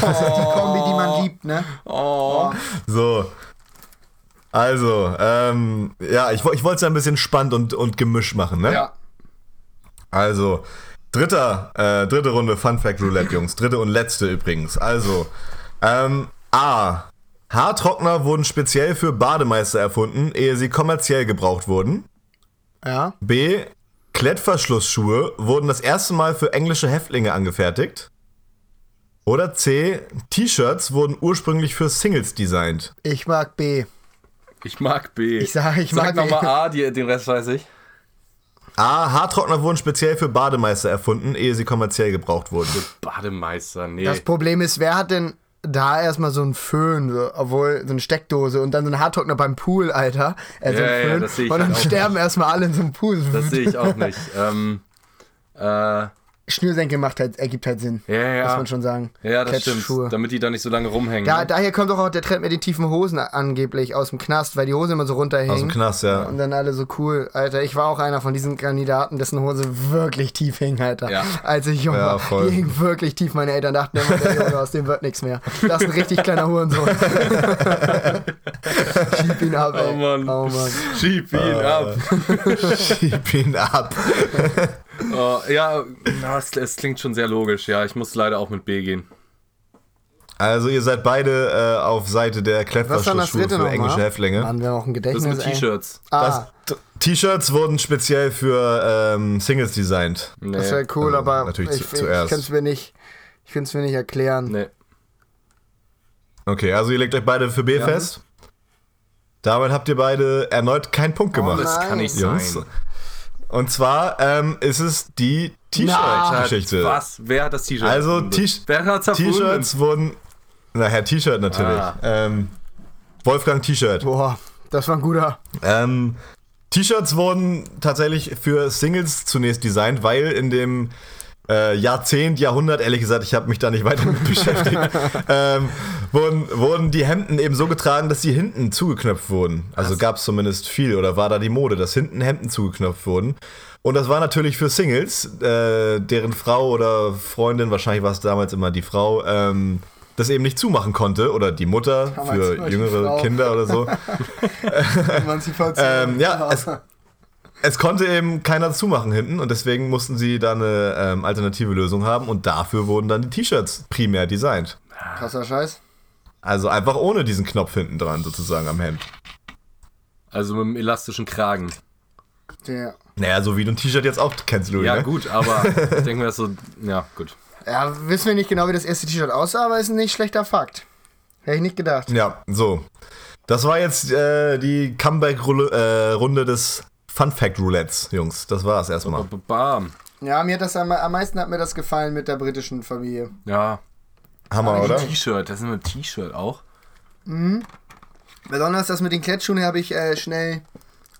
S3: Das ist die Kombi, die man liebt, ne?
S1: So. Also, ähm, ja, ich, wo- ich wollte es ja ein bisschen spannend und, und gemischt machen, ne?
S3: Ja.
S1: Also, dritter, äh, dritte Runde Fun Fact Roulette, Jungs. Dritte und letzte übrigens. Also, ähm, A. Haartrockner wurden speziell für Bademeister erfunden, ehe sie kommerziell gebraucht wurden.
S3: Ja.
S1: B. Klettverschlussschuhe wurden das erste Mal für englische Häftlinge angefertigt. Oder C. T-Shirts wurden ursprünglich für Singles designt.
S3: Ich mag B.
S2: Ich mag B.
S3: Ich sag- ich mag
S2: sag
S3: B.
S2: nochmal A, die, den Rest weiß ich.
S1: A. Haartrockner wurden speziell für Bademeister erfunden, ehe sie kommerziell gebraucht wurden.
S2: Bademeister, nee.
S3: Das Problem ist, wer hat denn da erstmal so einen Föhn, so, obwohl so eine Steckdose und dann so einen Haartrockner beim Pool, Alter. Äh, so
S2: Ja,
S3: einen
S2: ja,
S3: Föhn.
S2: das sehe ich
S3: und dann
S2: halt auch
S3: sterben erstmal alle in so einem Pool.
S2: Das sehe ich auch
S3: <laughs>
S2: nicht. Ähm, äh, ja,
S3: Schnürsenkel macht halt, ergibt halt Sinn.
S2: ja, ja.
S3: Muss man schon sagen.
S2: Ja, das stimmt.
S3: Klettschuhe.
S2: Damit die da nicht so lange rumhängen.
S3: Da,
S2: ne?
S3: daher kommt doch auch der Trend mit den tiefen Hosen angeblich aus dem Knast, weil die Hose immer so runterhängen.
S1: Aus dem Knast, ja.
S3: Und dann alle so cool, Alter. Ich war auch einer von diesen Kandidaten, dessen Hose wirklich tief hing, Alter.
S2: Ja.
S3: Als ich jung
S1: Ja,
S3: war.
S1: voll.
S3: Die hing wirklich tief. Meine Eltern dachten immer, der Junge, aus dem wird nichts mehr. Das ist ein richtig
S1: <laughs>
S3: kleiner Hurensohn. Schieb ihn ab, ey.
S2: Oh Mann.
S3: Oh <laughs> Mann. Ah.
S2: Schieb ihn ab.
S1: <laughs> Schieb ihn ab.
S2: Oh, ja, na, es, es klingt schon sehr logisch. Ja, ich muss leider auch mit B gehen.
S1: Also ihr seid beide äh, auf Seite der
S3: Was war das
S1: Klettverschlussschuhe
S3: dritte
S1: für englische
S3: nochmal?
S1: Häftlinge.
S3: Mann, wir haben auch ein
S2: Das
S3: Gedächtnis,
S2: sind
S3: ey.
S2: T-Shirts.
S1: Das-
S3: Ah,
S1: T- T-Shirts wurden speziell für ähm, Singles designt.
S2: Nee.
S3: das wäre cool,
S1: Also,
S3: aber
S1: natürlich
S3: ich,
S1: zu-
S3: ich,
S1: zuerst.
S3: kann's mir nicht... Ich kann es mir nicht erklären.
S2: nee.
S1: Okay, also ihr legt euch beide für B fest. Damit habt ihr beide erneut keinen Punkt
S3: Oh
S1: gemacht.
S2: Oh, Das kann nicht
S1: Jungs.
S2: sein.
S1: Und zwar ähm, ist es die
S3: Ah.
S1: T-Shirt-Geschichte.
S2: Was? Wer hat das T-Shirt?
S1: Also
S2: erfunden?
S1: T-
S2: Wer hat's erfunden?
S1: T-Shirts wurden. Naja, T-Shirt natürlich.
S2: Ah.
S1: Ähm, Wolfgang T-Shirt.
S3: Boah, das war
S1: <laughs>
S3: ein guter...
S1: Ähm, T-Shirts wurden tatsächlich für Singles zunächst designt, weil in dem äh, Jahrzehnt, Jahrhundert, ehrlich gesagt, ich habe mich da nicht weiter
S3: <laughs>
S1: mit beschäftigt, ähm, wurden, wurden die Hemden eben so getragen, dass sie hinten zugeknöpft wurden. Also gab es zumindest viel oder war da die Mode, dass hinten Hemden zugeknöpft wurden. Und das war natürlich für Singles, äh, deren Frau oder Freundin, wahrscheinlich war es damals immer die Frau, ähm, das eben nicht zumachen konnte oder die Mutter
S3: Damals war
S1: für
S3: die
S1: jüngere
S3: Frau.
S1: Kinder oder
S3: <laughs>
S1: so.
S3: Emanzipation.
S1: Ähm, ja, es, es konnte eben keiner zumachen hinten und deswegen mussten sie da eine ähm, alternative Lösung haben und dafür wurden dann die T-Shirts primär designt.
S3: Krasser Scheiß.
S1: Also einfach ohne diesen Knopf hinten dran sozusagen am Hemd.
S2: Also mit dem elastischen Kragen.
S3: Ja.
S1: Naja, so wie du ein T-Shirt jetzt auch kennst, Louis.
S2: Ja,
S1: ne?
S2: gut,
S1: <laughs>
S2: aber ich denke mir das so, ja, gut.
S3: ja, wissen wir nicht genau, wie das erste T-Shirt aussah, aber ist ein nicht schlechter Fakt. Hätte ich nicht gedacht.
S1: Ja, so. Das war jetzt äh, die Comeback-Runde des Fun Fact Roulettes, Jungs. Das war's
S3: Also,
S1: erstmal.
S2: Bam.
S3: Ja, mir hat das am, am meisten hat mir das gefallen mit der britischen Familie.
S2: Ja.
S1: Hammer, oder?
S2: T-Shirt, das ist ein T-Shirt auch.
S3: Besonders das mit den Klettschuhen habe ich äh, schnell,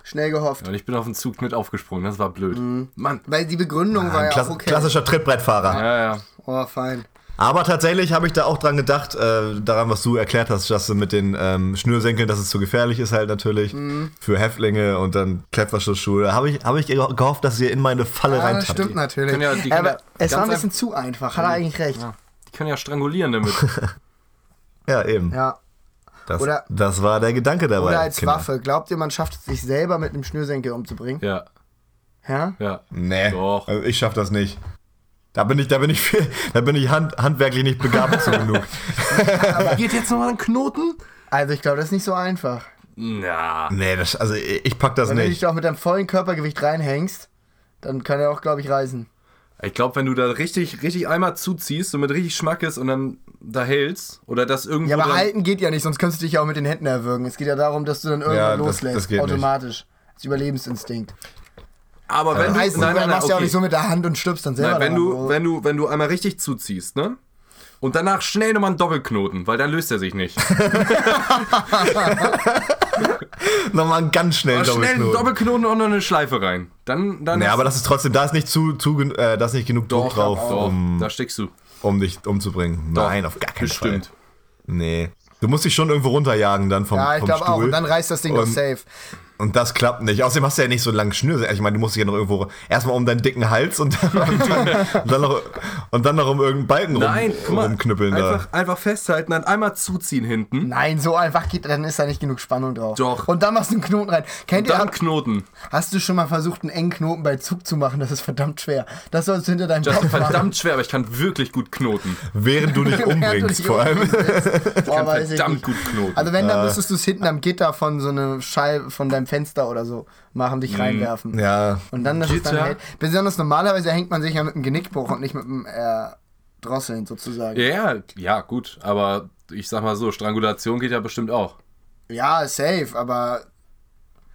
S3: schnell gehofft.
S2: Ja, und ich bin auf den Zug mit aufgesprungen, das war blöd.
S3: Mhm.
S2: Mann.
S3: Weil die Begründung war
S1: Ein
S3: ja
S1: Klass
S3: auch okay.
S1: Klassischer Trittbrettfahrer.
S2: Ja, ja.
S3: Oh, fein.
S1: Aber tatsächlich habe ich da auch dran gedacht, äh, daran, was du erklärt hast, Justin, mit den ähm, Schnürsenkeln, dass es zu gefährlich ist halt natürlich
S3: Mhm.
S1: für Häftlinge und dann Klettverschlussschuhe. Da habe ich, habe ich geho- gehofft, dass ihr in meine Falle
S3: Ja, das
S1: reintappt.
S3: stimmt natürlich.
S2: Können ja die
S3: aber
S2: Kinder
S3: es war ein
S2: ganz
S3: bisschen zu einfach. Hat er eigentlich recht. Ja.
S2: Die können ja strangulieren damit.
S1: <laughs> Ja, eben. das,
S3: oder-
S1: das war der Gedanke dabei.
S3: Oder als
S1: Kinder.
S3: Waffe. Glaubt ihr, man schafft es sich selber mit einem Schnürsenkel umzubringen?
S2: ja,
S3: Ja?
S2: ja.
S1: Nee.
S2: Doch.
S1: Also ich schaff das nicht. Da bin ich, da bin ich, viel, <laughs> da bin ich hand, handwerklich nicht begabt zu
S3: <laughs>
S1: genug.
S2: Aber geht jetzt nochmal ein Knoten?
S3: Also ich glaube, das ist nicht so einfach.
S2: Na.
S1: Nee, das, also ich, ich pack das
S3: Wenn du dich
S1: nicht.
S3: doch mit deinem vollen Körpergewicht reinhängst, dann kann er auch, glaube ich, reißen.
S2: Ich glaube, wenn du da richtig, richtig einmal zuziehst, so mit richtig Schmackes und dann da hältst oder das irgendwo.
S3: Ja, aber
S2: dran-
S1: halt-
S3: halten geht ja nicht, sonst könntest du dich ja auch mit den Händen erwürgen. Es geht ja darum, dass du dann irgendwann
S1: Ja, das-
S3: loslässt,
S1: das geht nicht.
S3: automatisch. Das Überlebensinstinkt.
S2: aber wenn du.
S3: Reißen,
S2: nein, nein, nein,
S3: machst du ja auch
S2: okay.
S3: nicht so mit der Hand und stülpst dann selber.
S2: Nein, wenn
S3: daran,
S2: du,
S1: also-
S3: Bro.
S2: wenn du, wenn du einmal richtig zuziehst, ne? Und danach schnell nochmal einen Doppelknoten, weil dann löst er sich
S1: <laughs>
S2: nicht.
S1: Nochmal einen ganz schnell
S3: Oh,
S2: Aber schnell einen
S1: Doppelknoten.
S2: Doppelknoten und noch eine Schleife rein. Dann, dann.
S1: Nee, aber das ist trotzdem, da ist nicht zu, zu gen- äh, da ist nicht genug Druck
S2: doch,
S1: drauf,
S2: doch,
S1: um,
S2: da stickst du.
S1: um dich umzubringen.
S2: Doch,
S1: Nein, auf gar keinen
S2: bestimmt.
S1: Fall. Nee. Du musst dich schon irgendwo runterjagen dann vom,
S3: ja, ich
S1: vom
S3: glaube
S1: Stuhl.
S3: auch. Und dann reißt das Ding doch
S1: Und-
S3: safe.
S1: Und das klappt nicht. Außerdem hast du ja nicht so einen langen Schnürsenkel. Also Ich meine, du musst dich ja noch irgendwo erstmal um deinen dicken Hals und dann, <laughs> und dann, und dann, noch, und dann noch um irgendeinen Balken
S2: Nein, guck
S1: rum,
S2: mal,
S1: rumknüppeln da.
S2: einfach, einfach festhalten, dann einmal zuziehen hinten.
S3: Nein, so einfach geht, dann ist da nicht genug Spannung drauf.
S2: Doch.
S3: Und dann machst du einen Knoten rein. Kennt ihr,
S2: Dann Knoten.
S3: hast du schon mal versucht, einen engen Knoten bei Zug zu machen? Das ist verdammt schwer. Das sollst du hinter deinem
S2: Das
S3: Kopf
S2: ist
S3: machen.
S2: verdammt schwer, aber ich kann wirklich gut knoten.
S1: Während
S3: <laughs>
S1: du dich umbringst, vor allem.
S3: Boah, weiß ich
S2: Verdammt
S3: nicht.
S2: gut Äh. knoten.
S3: Also wenn, dann müsstest du es hinten am Gitter von so eine Scheibe, von deinem Fenster oder so machen,
S2: Mhm.
S3: dich reinwerfen.
S1: Ja.
S3: Und dann, dass es dann
S2: Gitter?
S3: hält. Besonders normalerweise hängt man sich ja mit einem Genickbruch und nicht mit einem äh, Drosseln sozusagen.
S2: ja, ja, gut, aber ich sag mal so, Strangulation geht ja bestimmt auch.
S3: Ja, safe, aber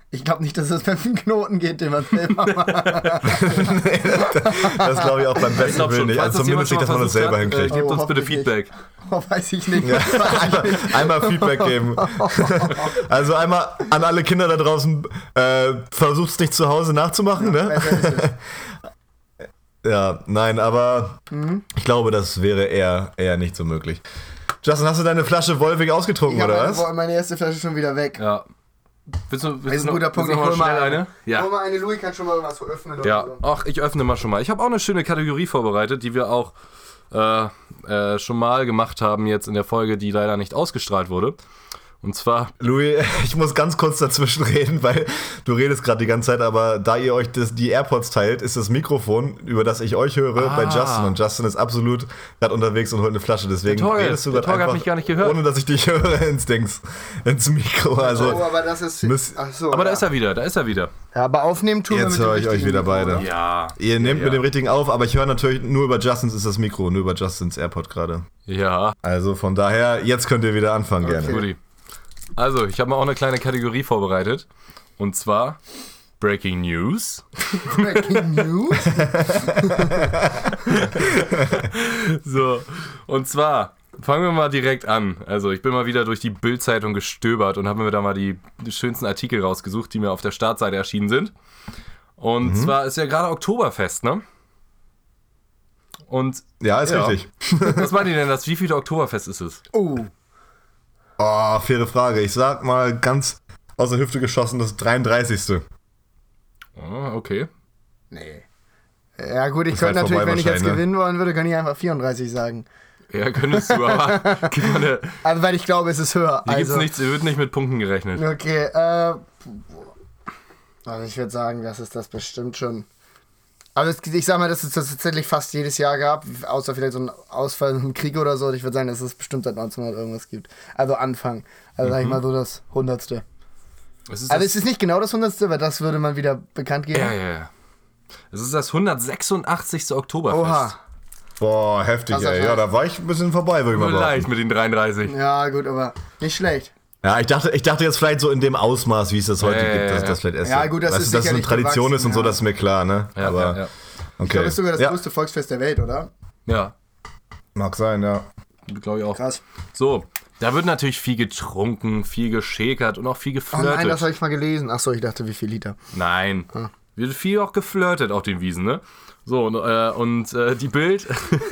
S3: ich glaube nicht, dass das mit einem Knoten geht, den man selber macht.
S1: Das glaube ich auch beim
S2: Ich
S1: besten
S2: glaube
S1: Willen
S2: schon,
S1: nicht.
S2: falls
S1: Also
S2: jemand
S1: zumindest nicht, dass man
S2: schon mal
S1: das selber
S2: versucht hat,
S1: hinkriegt.
S2: Äh, gebt
S3: Oh,
S2: uns bitte
S3: hoffentlich nicht.
S2: Feedback.
S3: Oh, weiß ich nicht.
S1: <laughs> einmal, einmal Feedback
S3: <laughs>
S1: geben. Also einmal an alle Kinder da draußen, äh, versucht's nicht zu Hause nachzumachen, ne?
S3: Besser ist es.
S1: <laughs> Ja, nein, aber
S3: Mhm.
S1: ich glaube, das wäre eher, eher nicht so möglich. Justin, hast du deine Flasche Wolwig ausgetrunken,
S3: Ich habe
S1: oder
S3: meine,
S1: was?
S3: Wo- meine erste Flasche schon wieder weg.
S2: Ja. Willst du, willst
S3: Das ist
S2: du
S3: ein
S2: noch-
S3: guter Punkt.
S2: willst
S3: Ich
S2: du noch
S3: hol
S2: mal
S3: mal
S2: schnell
S3: eine.
S2: eine? Ja.
S3: Hol mal eine, Louis kann schon mal was öffnen.
S2: Ja, Oh,
S3: Oder so.
S2: ach, ich öffne mal schon mal. Ich habe auch eine schöne Kategorie vorbereitet, die wir auch äh, äh, schon mal gemacht haben jetzt in der Folge, die leider nicht ausgestrahlt wurde. Und zwar,
S1: Louis, <laughs> ich muss ganz kurz dazwischen reden, weil du redest gerade die ganze Zeit, aber da ihr euch das, die AirPods teilt, ist das Mikrofon, über das ich euch höre,
S2: Ah.
S1: bei Justin. Und Justin ist absolut gerade unterwegs und holt eine Flasche. Deswegen
S2: Der Torge-
S1: redest du
S2: der
S1: gerade
S2: Torge hat
S1: einfach,
S2: mich gar nicht gehört.
S1: ohne dass ich dich <laughs> höre, ins Dings, ins Mikro.
S3: oh,
S1: Also,
S3: aber das ist.
S1: Müsst-
S3: ach so,
S2: aber da
S3: Oh ja.
S2: ist er wieder, da ist er wieder.
S3: Ja, aber aufnehmen tun wir
S1: jetzt
S3: mit dem
S1: höre ich euch
S3: richtigen
S1: wieder
S3: Mikro,
S1: beide.
S3: oder?
S2: Ja.
S1: Ihr nehmt
S2: ja.
S1: mit dem richtigen auf, aber ich höre natürlich nur über Justins ist das Mikro, nur über Justins AirPod gerade.
S2: Ja,
S1: Also von daher, jetzt könnt ihr wieder anfangen gerne.
S2: Rudi. Also, ich habe mal auch eine kleine Kategorie vorbereitet. Und zwar Breaking News. <laughs>
S3: Breaking News?
S2: So, und zwar fangen wir mal direkt an. Also, ich bin mal wieder durch die Bild-Zeitung gestöbert und habe mir da mal die schönsten Artikel rausgesucht, die mir auf der Startseite
S3: Mhm.
S2: erschienen sind. Und zwar ist ja gerade Oktoberfest, ne? Und <laughs>
S1: Ja, ist
S2: Ja.
S1: richtig.
S2: was meint ihr denn das? Wie viel Oktoberfest ist es?
S3: Oh,
S1: Oh, faire Frage. Ich sag mal ganz aus der Hüfte geschossen, das 33.
S2: Ah, okay.
S3: nee. Ja gut, ich
S1: Ist
S3: könnte
S1: halt vorbei
S3: natürlich, wenn ich jetzt
S1: wahrscheinlich, ne?
S3: gewinnen wollen würde, könnte ich einfach 34 sagen.
S2: Ja, könntest du, aber <laughs> gerne. Hier
S3: Aber Also, weil ich glaube, es ist höher.
S2: gibt's
S3: also,
S2: nichts, hier wird nicht mit Punkten gerechnet.
S3: Okay, äh. Also ich würde sagen, das ist das bestimmt schon. Aber es, ich sag mal, dass es das tatsächlich fast jedes Jahr gab, außer vielleicht so ein Ausfall im Krieg oder so. Und ich würde sagen, dass es bestimmt seit 1900 irgendwas gibt. Also Anfang. Also sag ich mal so das Hundertste.
S2: Es ist
S3: Also
S2: Mhm. das,
S3: es ist nicht genau das Hundertste, weil das würde man wieder bekannt geben.
S2: ja, ja, ja. Es ist das 186. Oktoberfest.
S3: Oha.
S1: Boah, heftig,
S3: Also,
S1: ey. Ja, da war ich ein bisschen vorbei, würde ich mal
S2: Nur
S1: behaupten.
S2: leicht mit den 33.
S3: Ja, gut, aber nicht schlecht.
S1: Ja, ich dachte, ich dachte jetzt vielleicht so in dem Ausmaß, wie es das heute
S2: Ja, ja,
S1: gibt,
S2: ja,
S1: dass
S2: ja.
S1: das vielleicht erst.
S3: Ja, gut, das
S1: weißt
S3: ist
S1: du, dass es eine
S3: sicherlich
S1: Tradition ist und so,
S3: gewachsen,
S1: das ist mir klar, ne?
S2: Ja,
S1: Aber,
S2: ja, ja.
S1: okay.
S3: Das ist sogar das
S1: ja,
S3: größte Volksfest der Welt, oder?
S2: Ja,
S1: mag sein, ja.
S2: glaube ich auch.
S3: Krass.
S2: So, da wird natürlich viel getrunken, viel geschäkert und auch viel
S3: Oh nein,
S2: geflirtet.
S3: das habe ich mal gelesen. Achso, ich dachte, wie viel Liter?
S2: Nein. Wird viel auch geflirtet auf den Wiesen, ne? So, und, äh, und äh, die Bild <laughs>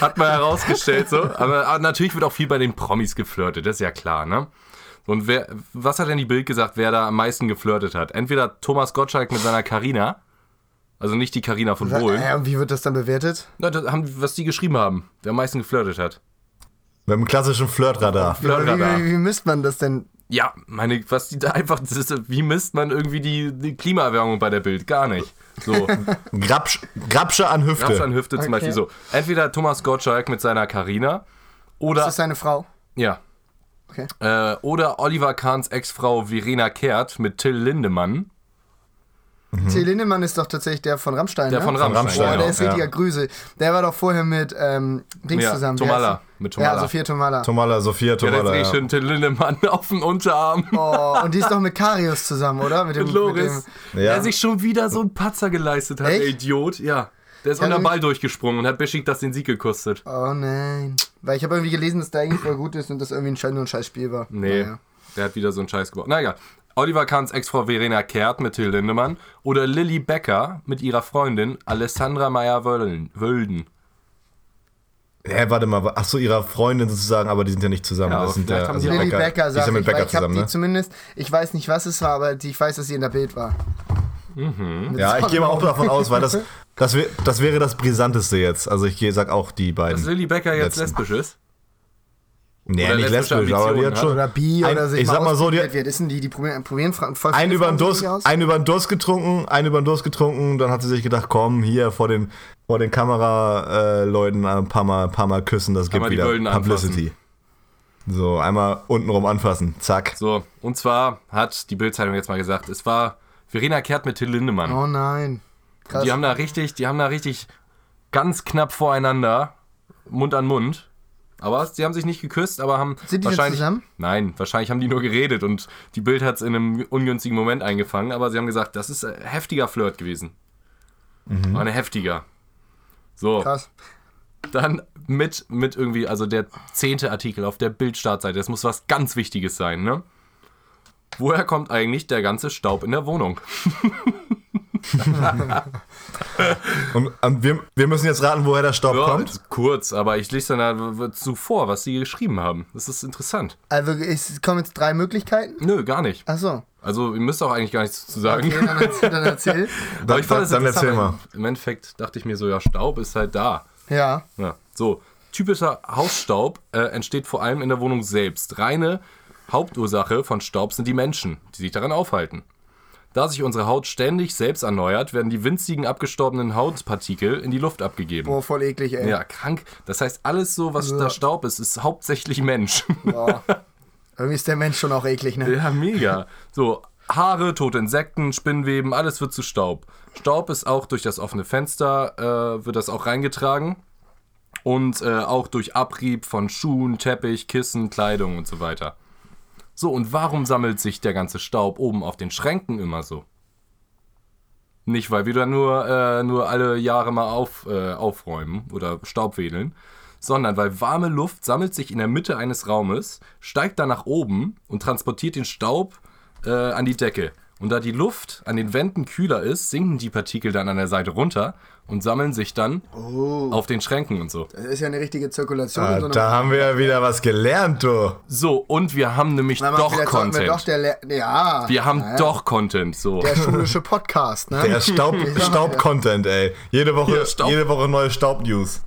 S2: hat man herausgestellt, so. Aber, aber natürlich wird auch viel bei den Promis geflirtet, das ist ja klar, ne? So, Und wer, was hat denn die Bild gesagt, wer da am meisten geflirtet hat? Entweder Thomas Gottschalk mit seiner Karina, also nicht die Karina von Bohlen,
S3: Äh, und wie wird das dann bewertet?
S2: Na, das haben, was die geschrieben haben, wer am meisten geflirtet hat.
S1: Mit dem klassischen Flirtradar.
S3: Wie, wie,
S2: Flirtradar.
S3: wie, wie misst man das denn?
S2: Ja, meine, was die da einfach, das ist, wie misst man irgendwie die, die Klimaerwärmung bei der Bild? Gar nicht. So,
S1: Grabsch, Grabsche an Hüfte.
S2: Raps an Hüfte zum
S3: Okay.
S2: Beispiel so. Entweder Thomas Gottschalk mit seiner Karina oder,
S3: Ist das seine Frau?
S2: ja,
S3: Okay.
S2: äh, oder Oliver Kahns Ex-Frau Verena Kehrt mit Till Lindemann,
S3: Till Lindemann ist doch tatsächlich der von Rammstein,
S2: Mhm. der
S3: ne?
S2: von Rammstein.
S1: Rammstein,
S3: Boah,
S1: genau,
S3: der ist richtiger
S1: ja.
S3: Grüße. Der war doch vorher mit ähm, Dings
S2: Ja,
S3: zusammen. wie
S2: Tomala,
S3: heißt sie?
S2: mit Tomala.
S3: Ja, Sophia Tomala.
S1: Tomala, Sophia,
S2: Ja,
S1: Tomala.
S2: der
S1: Ja,
S2: ist schön Till Lindemann <laughs> auf dem
S3: <laughs>
S2: Unterarm.
S3: oh, und die ist doch mit Karius zusammen, oder? Mit dem,
S2: Mit
S3: Mit
S2: Loris,
S3: dem
S1: Ja.
S2: der sich schon wieder so einen Patzer geleistet hat,
S3: Echt?
S2: der Idiot. Ja, der ist
S3: Ja,
S2: unter den
S3: nämlich-
S2: Ball durchgesprungen und hat Besiktas den Sieg gekostet.
S3: oh nein. Weil ich habe irgendwie gelesen, dass der eigentlich voll gut ist und das irgendwie ein scheiß, nur ein scheiß Spiel war.
S2: Nee,
S3: Naja.
S2: der hat wieder so einen Scheiß gebaut. Na egal. Oliver Kahns Ex-Frau Verena Kehrt mit Till Lindemann oder Lilly Becker mit ihrer Freundin Alessandra Meyer-Wölden.
S1: Hä, warte mal. Ach so, ihrer Freundin sozusagen, aber die sind ja nicht zusammen.
S2: Ja, aber
S1: das sind
S2: vielleicht
S1: ja,
S2: haben
S1: also
S2: die
S3: Lilly
S1: Becker,
S3: Becker,
S1: die ist
S3: sag
S1: ja
S3: ich,
S1: mit
S3: weil
S1: Becker
S3: ich habe
S1: zusammen,
S3: die
S1: ne?
S3: zumindest, ich weiß nicht, was es war, aber die, ich weiß, dass sie in der Bild war.
S1: Ja, ich gehe mal auch davon aus, weil das, das, wär, das wäre das Brisanteste jetzt. Also ich gehe, sag auch die
S2: Dass
S3: Hm.
S1: beiden.
S2: Lilly Becker jetzt
S1: Letzten.
S2: lesbisch ist?
S1: Nee,
S2: oder
S1: nicht
S2: lesbische
S1: lesbisch, aber die
S2: Ambitionen
S1: hat schon.
S3: Oder bi
S1: Ein-
S3: oder sich
S1: ich sag mal so, die-
S3: ausprobiert wird. Ist denn die, die probieren, probieren Fra- voll
S1: Einen
S3: viele
S1: über den
S3: Frauen
S1: Durst,
S3: sich aus?
S1: einen über den Durst getrunken, einen über den Durst getrunken, dann hat sie sich gedacht, komm, hier vor den, vor den Kameraleuten ein paar mal, paar mal küssen, das gibt
S2: Einmal die
S1: wieder
S2: Bullen
S1: Publicity. So, einmal untenrum anfassen, zack.
S2: So, und zwar hat die Bildzeitung jetzt mal gesagt, es war Verena Kehrt mit Till Lindemann.
S3: Oh nein. Krass.
S2: Die haben da richtig, die haben da richtig ganz knapp voreinander, Mund an Mund. Aber sie haben sich nicht geküsst, aber haben
S3: Sind die denn
S2: wahrscheinlich
S3: zusammen?
S2: Nein, wahrscheinlich haben die nur geredet und die Bild hat es in einem ungünstigen Moment eingefangen. Aber sie haben gesagt, das ist ein heftiger Flirt gewesen. War ein heftiger. So,
S3: Mhm. Krass.
S2: dann mit, mit irgendwie, also der zehnte Artikel auf der Bild-Startseite. Das muss was ganz Wichtiges sein, ne? Woher kommt eigentlich der ganze Staub in der Wohnung?
S1: Und, ähm, wir, wir müssen jetzt raten, woher der Staub
S2: Ja,
S1: kommt.
S2: ist kurz, aber ich lese dann dazu vor, was sie geschrieben haben. Das ist interessant.
S3: Also es kommen jetzt drei Möglichkeiten.
S2: Nö, gar nicht.
S3: Achso.
S2: <laughs> Also, ihr müsst auch eigentlich gar nichts zu sagen.
S3: Okay, dann, erz- dann erzähl.
S2: <laughs> aber ich fand
S1: dann-
S2: es
S1: dann
S2: interessant,
S1: erzähl
S2: weil Im Endeffekt dachte ich mir so, ja, Staub ist halt da.
S3: Ja.
S2: Ja, so, typischer Hausstaub äh, entsteht vor allem in der Wohnung selbst. Reine Hauptursache von Staub sind die Menschen, die sich daran aufhalten. Da sich unsere Haut ständig selbst erneuert, werden die winzigen abgestorbenen Hautpartikel in die Luft abgegeben.
S3: Boah, voll eklig, Oh, ey.
S2: Ja, krank. Das heißt, alles so, was da Staub ist, ist hauptsächlich Mensch.
S3: Boah. Irgendwie ist der Mensch schon auch eklig, ne?
S2: Ja, mega. So, Haare, tote Insekten, Spinnweben, alles wird zu Staub. Staub ist auch durch das offene Fenster, äh, wird das auch reingetragen. Und äh, auch durch Abrieb von Schuhen, Teppich, Kissen, Kleidung und so weiter. So, und warum sammelt sich der ganze Staub oben auf den Schränken immer so? Nicht, weil wir da nur, äh, nur alle Jahre mal auf, äh, aufräumen oder Staub wedeln, sondern weil warme Luft sammelt sich in der Mitte eines Raumes, steigt dann nach oben und transportiert den Staub äh, an die Decke. Und da die Luft an den Wänden kühler ist, sinken die Partikel dann an der Seite runter und sammeln sich dann
S3: Oh.
S2: auf den Schränken und so.
S3: Das ist ja eine richtige Zirkulation.
S1: Ah,
S3: in so einem-
S1: da haben wir ja wieder was gelernt, du.
S2: So, und wir haben nämlich
S3: Na, Mann,
S2: doch
S3: vielleicht sollten
S2: Content.
S3: Wir, doch der Le ja,
S2: wir haben
S3: naja,
S2: doch Content, so.
S3: Der schulische Podcast, ne? <laughs>
S1: Der Staub- Staub-Content, ey. Jede Woche,
S2: Hier, Staub.
S1: jede Woche neue Staub-News.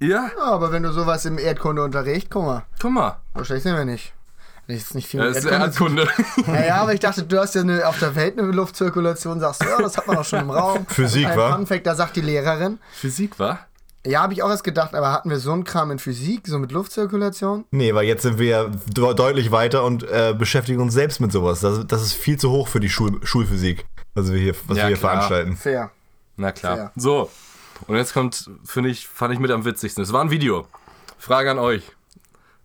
S2: Ja,
S3: Ja, aber wenn du sowas im Erdkundeunterricht, guck mal,
S2: guck mal.
S3: so schlecht sind wir nicht. Das ist nicht viel mit
S2: Das ist
S3: Erdkunde.
S2: Erdkunde.
S3: Naja, aber ich dachte, du hast ja eine, auf der Welt eine Luftzirkulation, sagst du, ja, das hat man doch schon
S2: <laughs>
S3: im Raum.
S1: Physik,
S3: Ein
S1: wa?
S3: Funfact, da sagt die Lehrerin.
S2: <laughs> Physik, wa?
S3: Ja, habe ich auch erst gedacht, aber hatten wir so einen Kram in Physik, so mit Luftzirkulation?
S1: Nee, weil jetzt sind wir ja de deutlich weiter und äh, beschäftigen uns selbst mit sowas. Das, das ist viel zu hoch für die Schul Schulphysik, was wir hier, was
S2: Ja,
S1: wir hier
S2: klar.
S1: veranstalten.
S3: Fair.
S2: Na klar.
S3: Fair.
S2: So. Und jetzt kommt, finde ich, fand ich mit am witzigsten. Es war ein Video. Frage an euch.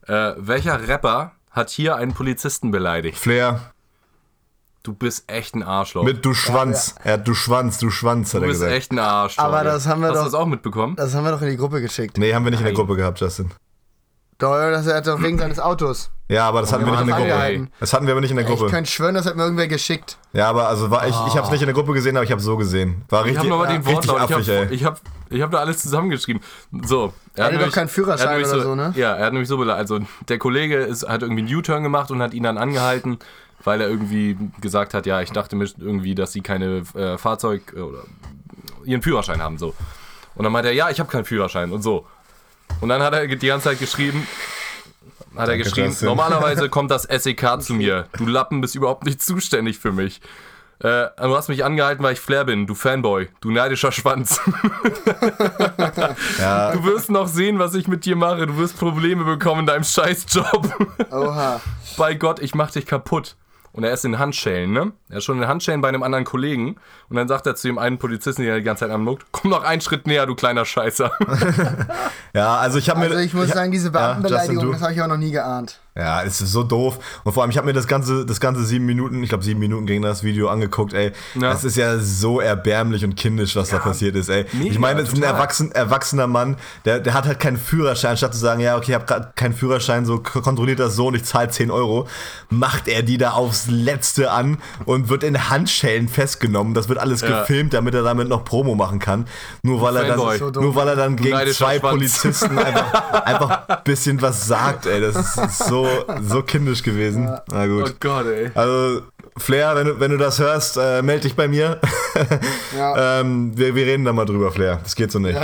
S2: Äh, welcher Rapper hat hier einen Polizisten beleidigt?
S1: Flair,
S2: Du bist echt ein Arschloch.
S1: mit du Schwanz. Er hat du Schwanz, du Schwanz, hat
S2: du
S1: er
S2: bist
S1: gesagt.
S2: echt ein Arschloch.
S3: Aber das haben wir
S2: Hast
S3: doch-
S2: du das auch mitbekommen?
S3: Das haben wir doch in die Gruppe geschickt.
S1: Nee, haben wir nicht in der Gruppe gehabt, Justin.
S3: Doch, das hat doch wegen seines Autos.
S1: Ja, aber das hatten wir
S2: wir
S1: nicht in der
S2: waren
S1: Gruppe.
S3: angehalten.
S1: Das hatten wir aber nicht in der
S3: Ich
S1: Gruppe.
S3: könnte schwören, das hat mir irgendwer geschickt.
S1: Ja, aber also war ich, ich hab's nicht in der Gruppe gesehen, aber ich hab's so gesehen. War
S2: Ich
S1: richtig,
S2: habe nochmal den
S1: richtig
S2: Wortlaut.
S1: affig,
S2: ich habe
S1: ey.
S2: ich hab, ich hab da alles zusammengeschrieben. So. Er
S3: doch
S2: nämlich-
S3: keinen Führerschein
S2: er hat nämlich
S3: oder so, ne?
S2: Ja, er hat nämlich so beleidigt. Also der Kollege ist, hat irgendwie einen U-Turn gemacht und hat ihn dann angehalten, weil er irgendwie gesagt hat, ja, ich dachte mir irgendwie, dass sie keine äh, Fahrzeug äh, oder ihren Führerschein haben, so. Und dann meinte er, ja, ich habe keinen Führerschein und so. Und dann hat er die ganze Zeit geschrieben, hat er geschrieben,
S1: Justin.
S2: normalerweise kommt das SEK zu mir. Du Lappen bist überhaupt nicht zuständig für mich. Äh, du hast mich angehalten, weil ich Flair bin. Du Fanboy. Du neidischer Schwanz. Du wirst noch sehen, was ich mit dir mache. Du wirst Probleme bekommen in deinem Scheißjob.
S3: Oha.
S2: bei Gott, ich mach dich kaputt. Und er ist in Handschellen, ne? Er ist schon in Handschellen bei einem anderen Kollegen. Und dann sagt er zu dem einen Polizisten, den er die ganze Zeit anmuckt, komm noch einen Schritt näher, du kleiner Scheißer. <laughs>
S1: Ja, also ich hab mir.
S3: Also ich muss sagen, diese Beamtenbeleidigung,
S1: Justin, du-
S3: das habe ich auch noch nie geahnt.
S1: Ja, es ist so doof. Und vor allem, ich habe mir das ganze, das ganze sieben Minuten, ich glaube sieben Minuten ging das Video angeguckt, ey.
S2: Ja.
S1: Das ist ja so erbärmlich und kindisch, was da passiert ist, ey.
S2: mega,
S1: ich meine, es ist ein
S2: total.
S1: erwachsen, erwachsener Mann, der, der hat halt keinen Führerschein. Anstatt zu sagen, ja, okay, ich habe gerade keinen Führerschein, so k- kontrolliert das so und ich zahle 10 Euro, macht er die da aufs Letzte an und wird in Handschellen festgenommen. Das wird alles
S2: Ja.
S1: gefilmt, damit er damit noch Promo machen kann. Nur weil, er
S2: Fanboy.
S1: dann,
S2: So
S3: dumm.
S1: nur weil er dann gegen
S2: neidischer
S1: zwei
S2: Schwanz.
S1: Polizisten. Polizisten einfach, einfach ein bisschen was sagt, ey. Das ist so, so kindisch gewesen. Na
S3: <laughs>
S1: gut.
S2: Oh Gott, ey.
S1: Also, Flair, wenn du, wenn du das hörst, äh, melde dich bei mir.
S3: <laughs> Ja.
S1: ähm, wir, wir reden da mal drüber, Flair. Das geht so nicht.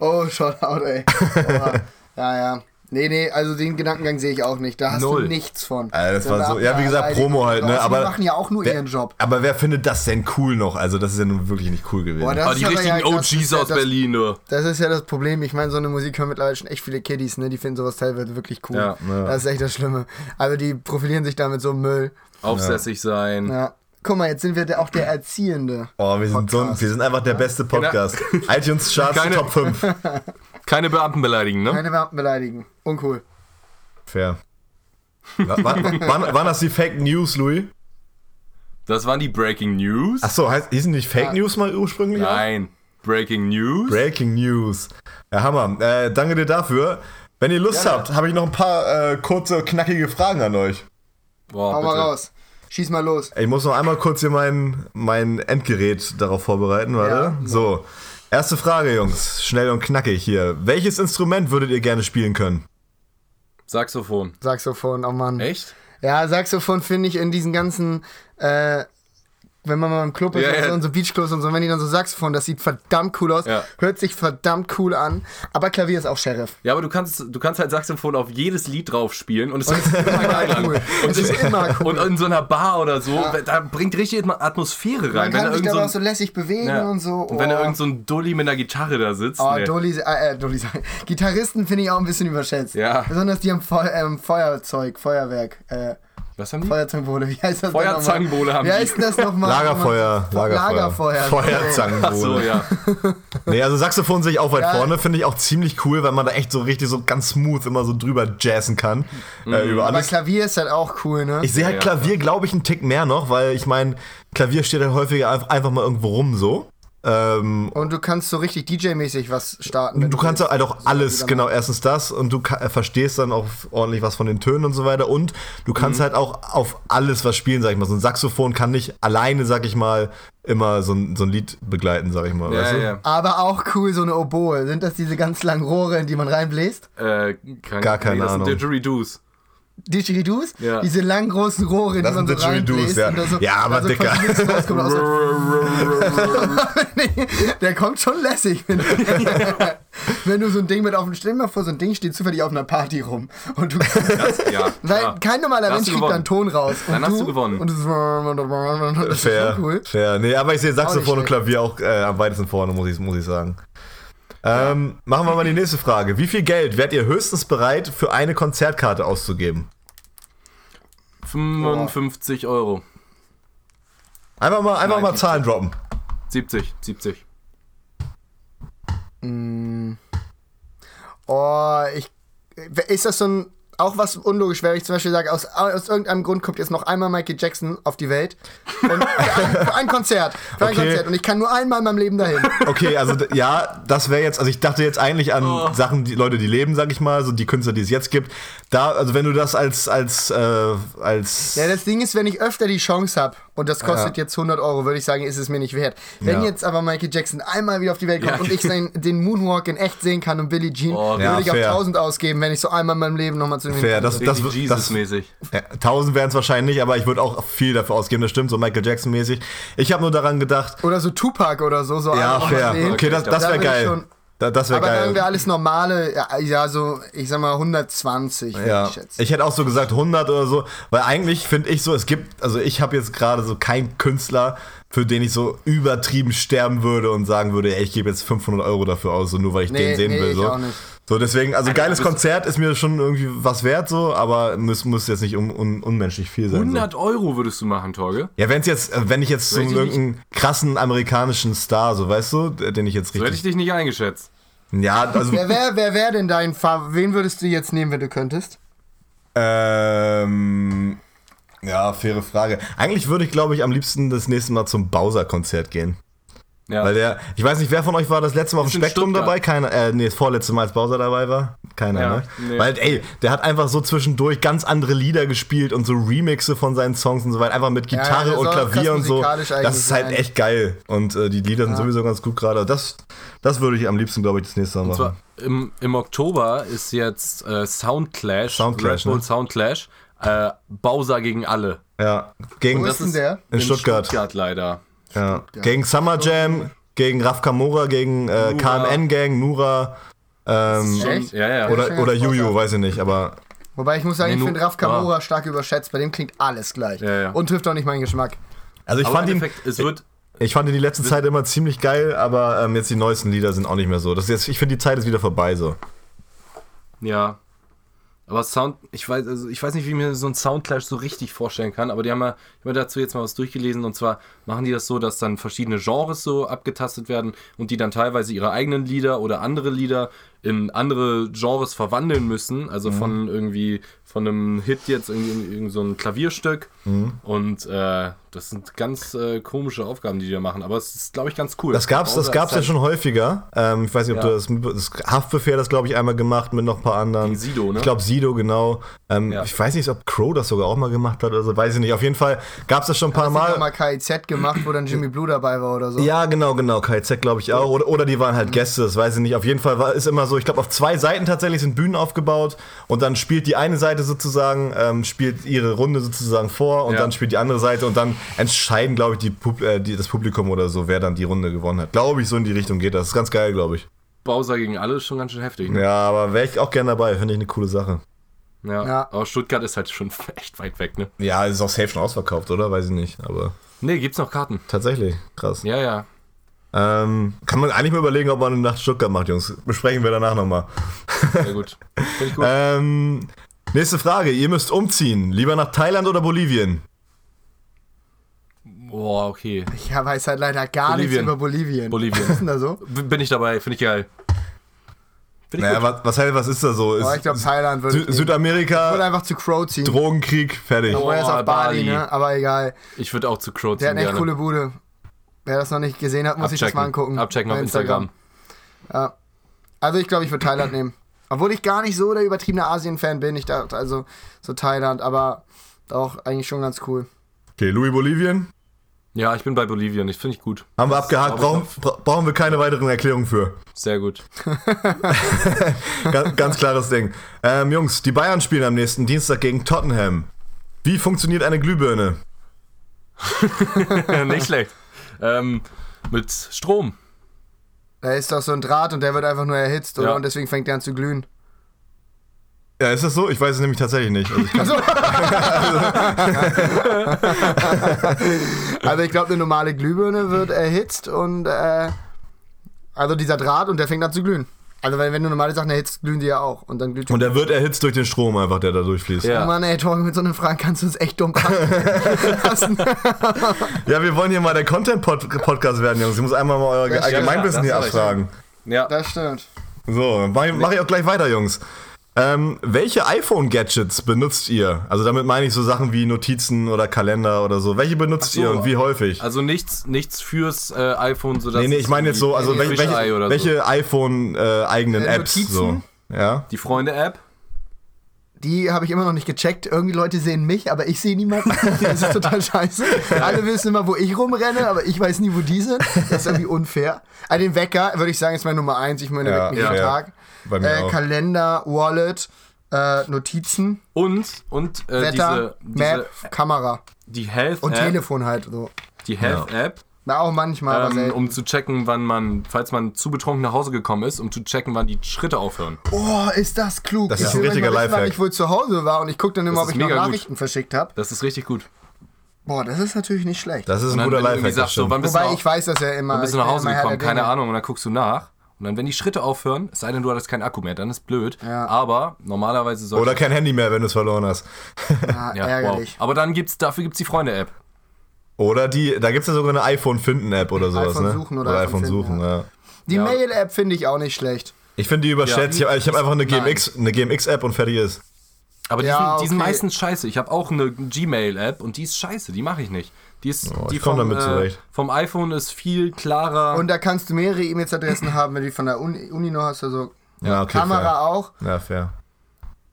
S3: Oh, Shoutout, ey.
S1: <laughs>
S3: Oha. Ja, ja. Nee, nee, also den Gedankengang sehe ich auch nicht. Da hast
S2: Null.
S3: du nichts von.
S1: Ja, Äh, das war so, ja, wie gesagt,
S3: Beamtenbeleidigung
S1: Promo halt, ne?
S3: raus.
S1: Aber,
S3: die machen ja auch nur
S1: wer,
S3: ihren Job.
S1: Aber wer findet das denn cool noch? Also, das ist ja nun wirklich nicht cool gewesen.
S3: Boah, das
S2: Aber die
S3: ist
S2: richtigen
S3: ja- das ist
S2: OGs
S3: ja
S2: aus
S3: das-
S2: Berlin nur.
S3: Das ist ja das Problem. Ich meine, so eine Musik hören mittlerweile schon echt viele Kiddies, ne? Die finden sowas teilweise wirklich cool.
S2: Ja,
S1: ja.
S3: Das ist echt das Schlimme. Also die profilieren sich damit so Müll.
S2: Aufsässig sein.
S3: Ja. Guck mal, jetzt sind wir der, auch der Erziehende.
S1: Oh, wir sind, so, ein-
S3: Podcast.
S1: wir sind einfach der beste Podcast. iTunes Charts
S2: Keine-
S1: Top 5.
S2: Keine Beamten beleidigen, ne?
S3: Keine Beamten beleidigen. Uncool.
S1: Fair. Wa- wa- Waren, waren das die Fake News, Louis?
S2: Das waren die Breaking News.
S1: Achso, hießen nicht Fake News mal ursprünglich?
S2: Nein. Breaking News.
S1: Breaking News. Ja, Hammer. Äh, danke dir dafür. Wenn ihr Lust habt, habe ich noch ein paar äh, kurze, knackige Fragen an euch.
S2: Boah,
S3: Hau mal
S2: bitte.
S3: raus. Schieß mal los.
S1: Ich muss noch einmal kurz hier mein, mein Endgerät darauf vorbereiten, warte.
S3: Ja.
S1: so. Erste Frage, Jungs. Schnell und knackig hier. Welches Instrument würdet ihr gerne spielen können?
S2: Saxophon.
S3: Saxophon, oh Mann.
S2: Echt?
S3: Ja, Saxophon finde ich in diesen ganzen, äh, wenn man mal im Club ist
S2: Ja,
S3: oder
S2: ja.
S3: so, in so Beachclubs und so, wenn die dann so Saxophon, das sieht verdammt cool aus,
S2: Ja.
S3: hört sich verdammt cool an, aber Klavier ist auch Sheriff.
S2: Ja, aber du kannst, du kannst halt Saxophon auf jedes Lied drauf spielen und es ist immer geil an.
S3: Cool. Es ist immer cool.
S2: Und in so einer Bar oder so, da bringt richtig Atmosphäre rein.
S3: Man kann sich
S2: irgend
S3: dabei
S2: so ein-
S3: auch so lässig bewegen
S2: Ja.
S3: und so.
S2: Und wenn da irgend so ein Dulli mit einer Gitarre da sitzt.
S3: Oh,
S2: nee.
S3: Dolly, äh, äh, Dolly, sag ich. <laughs> Gitarristen finde ich auch ein bisschen überschätzt.
S2: Ja.
S3: Besonders die am Feu ähm, Feuerzeug, Feuerwerk, äh,
S2: Was haben die?
S3: Feuerzangenbowle, wie heißt das denn nochmal?
S2: Feuerzangenbowle haben
S3: Wie
S2: die.
S3: heißt denn das nochmal?
S1: Lagerfeuer. Lagerfeuer.
S3: Lagerfeuer. genau.
S1: Feuerzangenbohne.
S2: Ach so, ja.
S1: Nee, also Saxophon sehe ich auch weit
S3: Ja.
S1: vorne. Finde ich auch ziemlich cool, weil man da echt so richtig so ganz smooth immer so drüber jazzen kann. Äh, über
S3: Aber
S1: alles.
S3: Klavier ist halt auch cool, ne?
S1: Ich sehe halt
S2: Ja, ja.
S1: Klavier, glaube ich, einen Tick mehr noch, weil ich meine, Klavier steht halt häufiger einf- einfach mal irgendwo rum so. Ähm,
S3: Und du kannst so richtig DJ-mäßig was starten. wenn
S1: du kannst
S3: willst.
S1: halt auch alles,
S3: wieder
S1: genau, erstens das und du ka- äh, verstehst dann auch ordentlich was von den Tönen und so weiter und du kannst
S2: Mhm.
S1: halt auch auf alles was spielen, sag ich mal. So ein Saxophon kann nicht alleine, sag ich mal, immer so ein, so ein Lied begleiten, sag ich mal,
S2: Ja,
S1: weißt du?
S2: ja.
S3: Aber auch cool, so eine Oboe. Sind das diese ganz langen Rohre, in die man reinbläst?
S2: Äh, kein,
S1: Gar keine
S2: das
S1: Ahnung.
S2: Sind Didgeridoos.
S3: Didgeridoos?
S2: Ja.
S3: Diese langen, großen Rohre, in die
S1: Das
S3: man
S1: sind
S3: so
S1: Didgeridoos,
S3: reinbläst.
S1: ja.
S3: und da so,
S1: Ja, aber
S3: da so Also
S1: dicker.
S3: fast nichts rauskommt, außer- Nee, <laughs> der kommt schon lässig. Wenn,
S2: <laughs>
S3: wenn du so ein Ding mit auf dem Stell dir mal vor, so ein Ding steht zufällig auf einer Party rum. Und du
S2: ja.
S3: Weil
S2: klar.
S3: kein normaler
S2: Dann hast
S3: Mensch
S2: du
S3: kriegt da einen
S2: gewonnen.
S3: Ton raus. Und
S2: Dann hast du gewonnen.
S3: Und du so, das ist
S1: Fair,
S3: schon cool.
S1: fair. Nee, aber ich sehe Saxophon und
S3: schlecht.
S1: Klavier auch äh, am weitesten vorne, muss ich, muss ich sagen. Ähm, machen wir mal die nächste Frage. Wie viel Geld wärt ihr höchstens bereit, für eine Konzertkarte auszugeben?
S2: 55 Euro.
S1: Einfach mal, einfach
S2: Nein,
S1: mal
S2: die-
S1: Zahlen droppen.
S2: 70, 70.
S3: Oh, ich. Ist das so ein. Auch was unlogisch wäre, wenn ich zum Beispiel sage, aus, aus irgendeinem Grund kommt jetzt noch einmal Michael Jackson auf die Welt. Und <laughs> für, ein, für ein Konzert. Für ein
S1: Okay.
S3: Konzert. Und ich kann nur einmal in meinem Leben dahin.
S1: Okay, also d- ja, das wäre jetzt, also ich dachte jetzt eigentlich an Sachen, die Leute, die leben, sag ich mal, so die Künstler, die es jetzt gibt. Da, also wenn du das als, als, äh, als,
S3: Ja, das Ding ist, wenn ich öfter die Chance habe und das kostet
S1: Ja.
S3: jetzt 100 Euro, würde ich sagen, ist es mir nicht wert. Wenn
S1: Ja.
S3: jetzt aber Michael Jackson einmal wieder auf die Welt kommt
S2: Ja.
S3: und
S1: <laughs>
S3: ich sein, den Moonwalk in echt sehen kann und Billie Jean,
S2: Oh,
S3: würde
S1: ja,
S3: ich auch
S1: fair.
S3: 1000 ausgeben, wenn ich so einmal in meinem Leben nochmal zu dem
S1: Fair, das, das,
S2: Baby
S1: das,
S2: Jesus-mäßig.
S1: Ja, 1000 wären es wahrscheinlich nicht, aber ich würde auch viel dafür ausgeben, das stimmt, so Michael Jackson-mäßig. Ich habe nur daran gedacht,
S3: Oder so Tupac oder so. so
S1: ja,
S3: einmal
S1: fair.
S3: sehen.
S1: Okay, das,
S2: Da
S1: das
S3: bin
S1: wäre
S3: ich
S1: geil.
S3: schon-
S1: Da, das wäre
S3: Ah, Aber dann wäre
S1: geil.
S3: alles normale, ja, ja, so, ich sag mal 120, würde
S1: Ja.
S3: ich schätzen.
S1: Ich hätte auch so gesagt 100 oder so, weil eigentlich finde ich so, es gibt, also ich habe jetzt gerade so keinen Künstler, für den ich so übertrieben sterben würde und sagen würde, ey, ich gebe jetzt 500 Euro dafür aus, so nur weil ich
S3: Nee,
S1: den sehen
S3: nee,
S1: will.
S3: ich
S1: So.
S3: auch nicht.
S1: so deswegen, also geiles
S2: bist-
S1: Konzert ist mir schon irgendwie was wert, so, aber muss, muss jetzt nicht un, un, unmenschlich viel sein. So.
S2: 100 Euro würdest du machen, Torge.
S1: Ja, wenn's jetzt, äh, wenn ich jetzt so
S2: Weiß ich
S1: irgendeinen krassen amerikanischen Star, so weißt du, d- den ich jetzt
S2: So hätte ich
S1: richtig.
S2: dich nicht eingeschätzt.
S1: Ja, also
S3: Wer wäre wer wär denn dein Fav? Wen würdest du jetzt nehmen, wenn du könntest?
S1: ähm, ja, faire Frage. Eigentlich würde ich, glaube ich, am liebsten das nächste Mal zum Bowser-Konzert gehen.
S2: Ja.
S1: Weil der, ich weiß nicht, wer von euch war das letzte Mal auf
S2: Ist
S1: dem
S2: in
S1: Spektrum
S2: Stuttgart.
S1: dabei? Keiner, äh, nee, das vorletzte Mal, als Bowser dabei war? Keiner,
S2: Ja,
S1: ne?
S2: nee.
S1: Weil, ey, der hat einfach so zwischendurch ganz andere Lieder gespielt und so Remixe von seinen Songs und so weiter, einfach mit
S3: ja,
S1: Gitarre
S3: der
S1: und
S3: soll krass
S1: Klavier und so.
S3: musikalisch eigentlich
S1: Das ist halt
S3: sein.
S1: echt geil. Und äh, die Lieder sind sowieso ganz gut gerade. Das, das würde ich am liebsten, glaube ich, das nächste Mal
S2: Und zwar
S1: machen.
S2: im, im Oktober ist jetzt äh, Soundclash,
S1: Soundclash,
S2: Red Bull
S1: ne?
S2: Soundclash, äh, Bowser gegen alle.
S1: Ja, gegen
S3: Wo
S1: in
S3: ist denn der?
S1: In Stuttgart.
S2: Stuttgart leider.
S1: Ja. Gegen Summer Jam, gegen Raf Kamora, gegen äh,
S2: Nura.
S1: KMN Gang, Nura. Ähm,
S3: Echt?
S2: Ja, ja.
S1: oder, oder Juju, weiß ich nicht, aber
S3: Wobei ich muss sagen,
S2: Nee,
S3: ich
S2: nur- Ah.
S3: finde Raf Kamora stark überschätzt. Bei dem klingt alles gleich.
S2: Ja, ja.
S3: Und trifft auch nicht meinen Geschmack.
S1: also ich
S2: Aber
S1: fand
S2: im
S1: ihn
S2: Endeffekt, es wird.
S1: ich fand ihn die letzte Zeit immer ziemlich geil, aber ähm, jetzt die neuesten Lieder sind auch nicht mehr so. Das ist jetzt ich finde die Zeit ist wieder vorbei so.
S2: Ja. Aber Sound, ich weiß, also ich weiß nicht, wie ich mir so einen Soundclash so richtig vorstellen kann, aber die haben ja, ich habe dazu jetzt mal was durchgelesen und zwar machen die das so, dass dann verschiedene Genres so abgetastet werden und die dann teilweise ihre eigenen Lieder oder andere Lieder in andere Genres verwandeln müssen. Also
S1: Mhm.
S2: von irgendwie, von einem Hit jetzt in, in, irgend so ein Klavierstück.
S1: Mhm.
S2: Und äh, das sind ganz äh, komische Aufgaben, die die da machen, aber es ist, glaube ich, ganz cool.
S1: Das gab's, das
S2: Bowser ist
S1: gab's ja
S2: halt
S1: schon häufiger. Ähm, ich weiß nicht, ob
S2: Ja.
S1: du das, mitbe- das Haftbefehl hat das glaube ich einmal gemacht mit noch ein paar anderen.
S2: Gegen Sido, ne?
S1: Ich glaube Sido genau. Ähm,
S2: Ja.
S1: Ich weiß nicht, ob Crow das sogar auch mal gemacht hat oder so, weiß ich nicht. Auf jeden Fall gab's das schon ein paar
S3: Mal.
S1: Mal.
S3: Hat mal KIZ gemacht, wo dann Jimmy Blue dabei war oder so.
S1: Ja, genau, genau. KZ glaube ich auch. Oder, oder die waren
S2: Mhm.
S1: halt Gäste, das weiß ich nicht. Auf jeden Fall war, ist immer so, ich glaube, auf zwei Seiten tatsächlich sind Bühnen aufgebaut und dann spielt die eine Seite sozusagen, ähm, spielt ihre Runde sozusagen vor und
S2: Ja.
S1: dann spielt die andere Seite und dann entscheiden, glaube ich, die, Pub- äh, die, das Publikum oder so, wer dann die Runde gewonnen hat. Glaube ich, so in die Richtung geht das. Ist ganz geil, glaube ich.
S2: Bowser gegen alle ist schon ganz schön heftig. Ne?
S1: Ja, aber wäre ich auch gerne dabei. Finde ich eine coole Sache.
S2: Ja.
S3: Ja.
S2: Aber Stuttgart ist halt schon <laughs> echt weit weg, ne?
S1: Ja, ist auch safe schon ausverkauft, oder? Weiß ich nicht, aber
S2: Nee, gibt's noch Karten.
S1: tatsächlich krass.
S2: Ja, ja.
S1: Ähm, kann man eigentlich mal überlegen, ob man eine Nacht Stuttgart macht, Jungs. Besprechen wir danach nochmal.
S2: Sehr gut. Finde ich gut.
S1: Ähm, nächste Frage. Ihr müsst umziehen. Lieber nach Thailand oder Bolivien?
S2: Boah, okay.
S3: Ich weiß halt leider gar nichts
S2: Bolivien.
S3: über Bolivien.
S2: Bolivien.
S3: Was ist denn da so?
S2: B- Bin ich dabei, finde ich geil. Finde ich
S1: Naja,
S2: gut.
S1: was, was, heißt, was ist da so? Ist,
S3: Aber ich glaube, Thailand würde.
S1: Sü
S3: ich nehmen. Ich würde
S1: Südamerika,
S3: einfach zu Crow ziehen.
S1: Drogenkrieg, fertig.
S3: Obwohl er ist
S2: Oh,
S3: auf Bali,
S2: Bali.
S3: ne? Aber egal.
S2: Ich würde auch zu Crow
S3: Der
S2: ziehen
S3: hat eine echt
S2: gerne.
S3: coole Bude. Wer das noch nicht gesehen hat, muss sich das mal angucken.
S2: Abchecken auf
S3: Bei
S2: Instagram.
S3: Ja. Also ich glaube, ich würde Thailand nehmen. Obwohl ich gar nicht so der übertriebene Asien-Fan bin. Ich dachte also so Thailand, aber auch eigentlich schon ganz cool.
S1: Okay, Louis Bolivien.
S2: Ja, ich bin bei Bolivien. Ich finde ich gut.
S1: Haben wir abgehakt, brauchen, bra brauchen wir keine weiteren Erklärungen für.
S2: Sehr gut. <laughs>
S1: Ganz, ganz klares Ding. Ähm, Jungs, die Bayern spielen am nächsten Dienstag gegen Tottenham. Wie funktioniert eine Glühbirne?
S2: Nicht schlecht. Ähm, mit Strom.
S3: Da ist doch so ein Draht und der wird einfach nur erhitzt, oder?
S2: Ja.
S3: Und deswegen fängt der an zu glühen.
S1: Ja, ist das so? Ich weiß es nämlich tatsächlich nicht. Also ich kann,
S3: Also <laughs> ich glaube, eine normale Glühbirne wird erhitzt und äh, also dieser Draht und der fängt an zu glühen. Also wenn, wenn du normale Sachen erhitzt, glühen die ja auch. Und dann glüht
S1: und er wird erhitzt durch den Strom einfach, der da durchfließt.
S2: Ja.
S3: Oh Mann, ey, Torben, mit so einem Fragen kannst du uns echt dumm lassen.
S1: Ja, wir wollen hier mal der Content-Podcast werden, Jungs. Ich muss einmal mal euer
S3: stimmt.
S1: Allgemeinwissen
S2: Ja,
S1: hier
S2: das hab
S1: abfragen.
S2: Ja.
S3: das stimmt.
S1: So, mache mach ich auch gleich weiter, Jungs. Ähm, welche iPhone-Gadgets benutzt ihr? Also damit meine ich so Sachen wie Notizen oder Kalender oder so. Welche benutzt
S2: so.
S1: ihr und wie häufig?
S2: Also nichts, nichts fürs äh, iPhone, sodass.
S1: nee, nee, ich
S2: es
S1: meine jetzt so,
S2: irgendwie-
S1: also welche,
S2: Fisheye
S1: welche,
S2: oder So.
S1: welche iPhone-eigenen
S3: Äh,
S1: Apps.
S3: Notizen?
S1: So. Ja.
S2: Die Freunde-App.
S3: Die habe ich immer noch nicht gecheckt. Irgendwie Leute sehen mich, aber ich sehe niemanden. Das ist total scheiße. Alle wissen immer, wo ich rumrenne, aber ich weiß nie, wo die sind. Das ist irgendwie unfair. Also den Wecker, würde ich sagen, ist meine Nummer eins. Ich meine, der
S1: Ja,
S3: weckt mich
S1: ja,
S3: jeden
S1: ja.
S3: Tag.
S1: Bei mir
S3: Äh,
S1: auch.
S3: Kalender, Wallet, äh, Notizen,
S2: Und, und äh,
S3: Wetter,
S2: diese, diese.
S3: Map, Kamera
S2: Die Health
S3: und
S2: App.
S3: Telefon halt. So.
S2: Die Health App.
S3: Na, auch manchmal, aber
S2: Ähm,
S3: selten.
S2: um zu checken, wann man, falls man zu betrunken nach Hause gekommen ist, um zu checken, wann die Schritte aufhören.
S3: Oh, ist das klug.
S1: Das
S3: Ich
S1: ist ein
S3: will
S1: richtiger
S3: manchmal wissen, wann
S1: Lifehack.
S3: ich wohl zu Hause war und ich gucke dann immer,
S2: Das
S3: ob
S2: ist
S3: ich noch
S2: mega gut.
S3: Nachrichten verschickt habe.
S2: Das ist richtig gut.
S3: Boah, das ist natürlich nicht schlecht.
S1: Das ist ein guter
S2: wenn du irgendwie
S1: Lifehack. das
S2: sagst, so,
S1: stimmt.
S2: wann bist du,
S3: Wobei
S2: nach-
S3: ich weiß, dass er immer.
S2: wann bist du
S3: ich
S2: nach
S3: bin
S2: Hause
S3: immer Herr
S2: gekommen?
S3: der
S2: Keine
S3: Dinge.
S2: Ahnung. Und dann guckst du nach. Und dann, wenn die Schritte aufhören, es sei denn, du hattest keinen Akku mehr, dann ist blöd.
S3: Ja.
S2: Aber normalerweise sollte.
S1: oder kein Handy mehr, wenn du es verloren hast.
S3: Ja,
S2: ja,
S3: Ah, ärgerlich.
S2: Wow. Aber dann gibt's, dafür gibt's die Freunde-App.
S1: Oder die, da gibt es ja sogar eine iPhone-Finden-App oder sowas. ne?
S3: iPhone-Suchen oder
S1: iPhone-Suchen,
S3: iPhone-Finden,
S1: ja.
S3: Die
S2: Ja.
S3: Mail-App finde ich auch nicht schlecht.
S1: Ich finde die überschätzt.
S2: Ja.
S1: Ich habe hab einfach eine
S2: Nein.
S1: GMX-App eine GMX -App und fertig ist.
S2: Aber die,
S3: Ja,
S2: sind, die
S3: okay.
S2: sind meistens scheiße. Ich habe auch eine Gmail-App und die ist scheiße, die mache ich nicht. Die ist
S1: Oh, ich
S2: die
S1: komm
S2: vom, äh,
S1: damit zurecht.
S2: vom iPhone ist viel klarer.
S3: Und da kannst du mehrere E-Mails-Adressen haben, wenn du die von der Uni, Uni noch hast. Also
S1: Ja, okay.
S3: Kamera auch.
S1: fair. Ja, fair.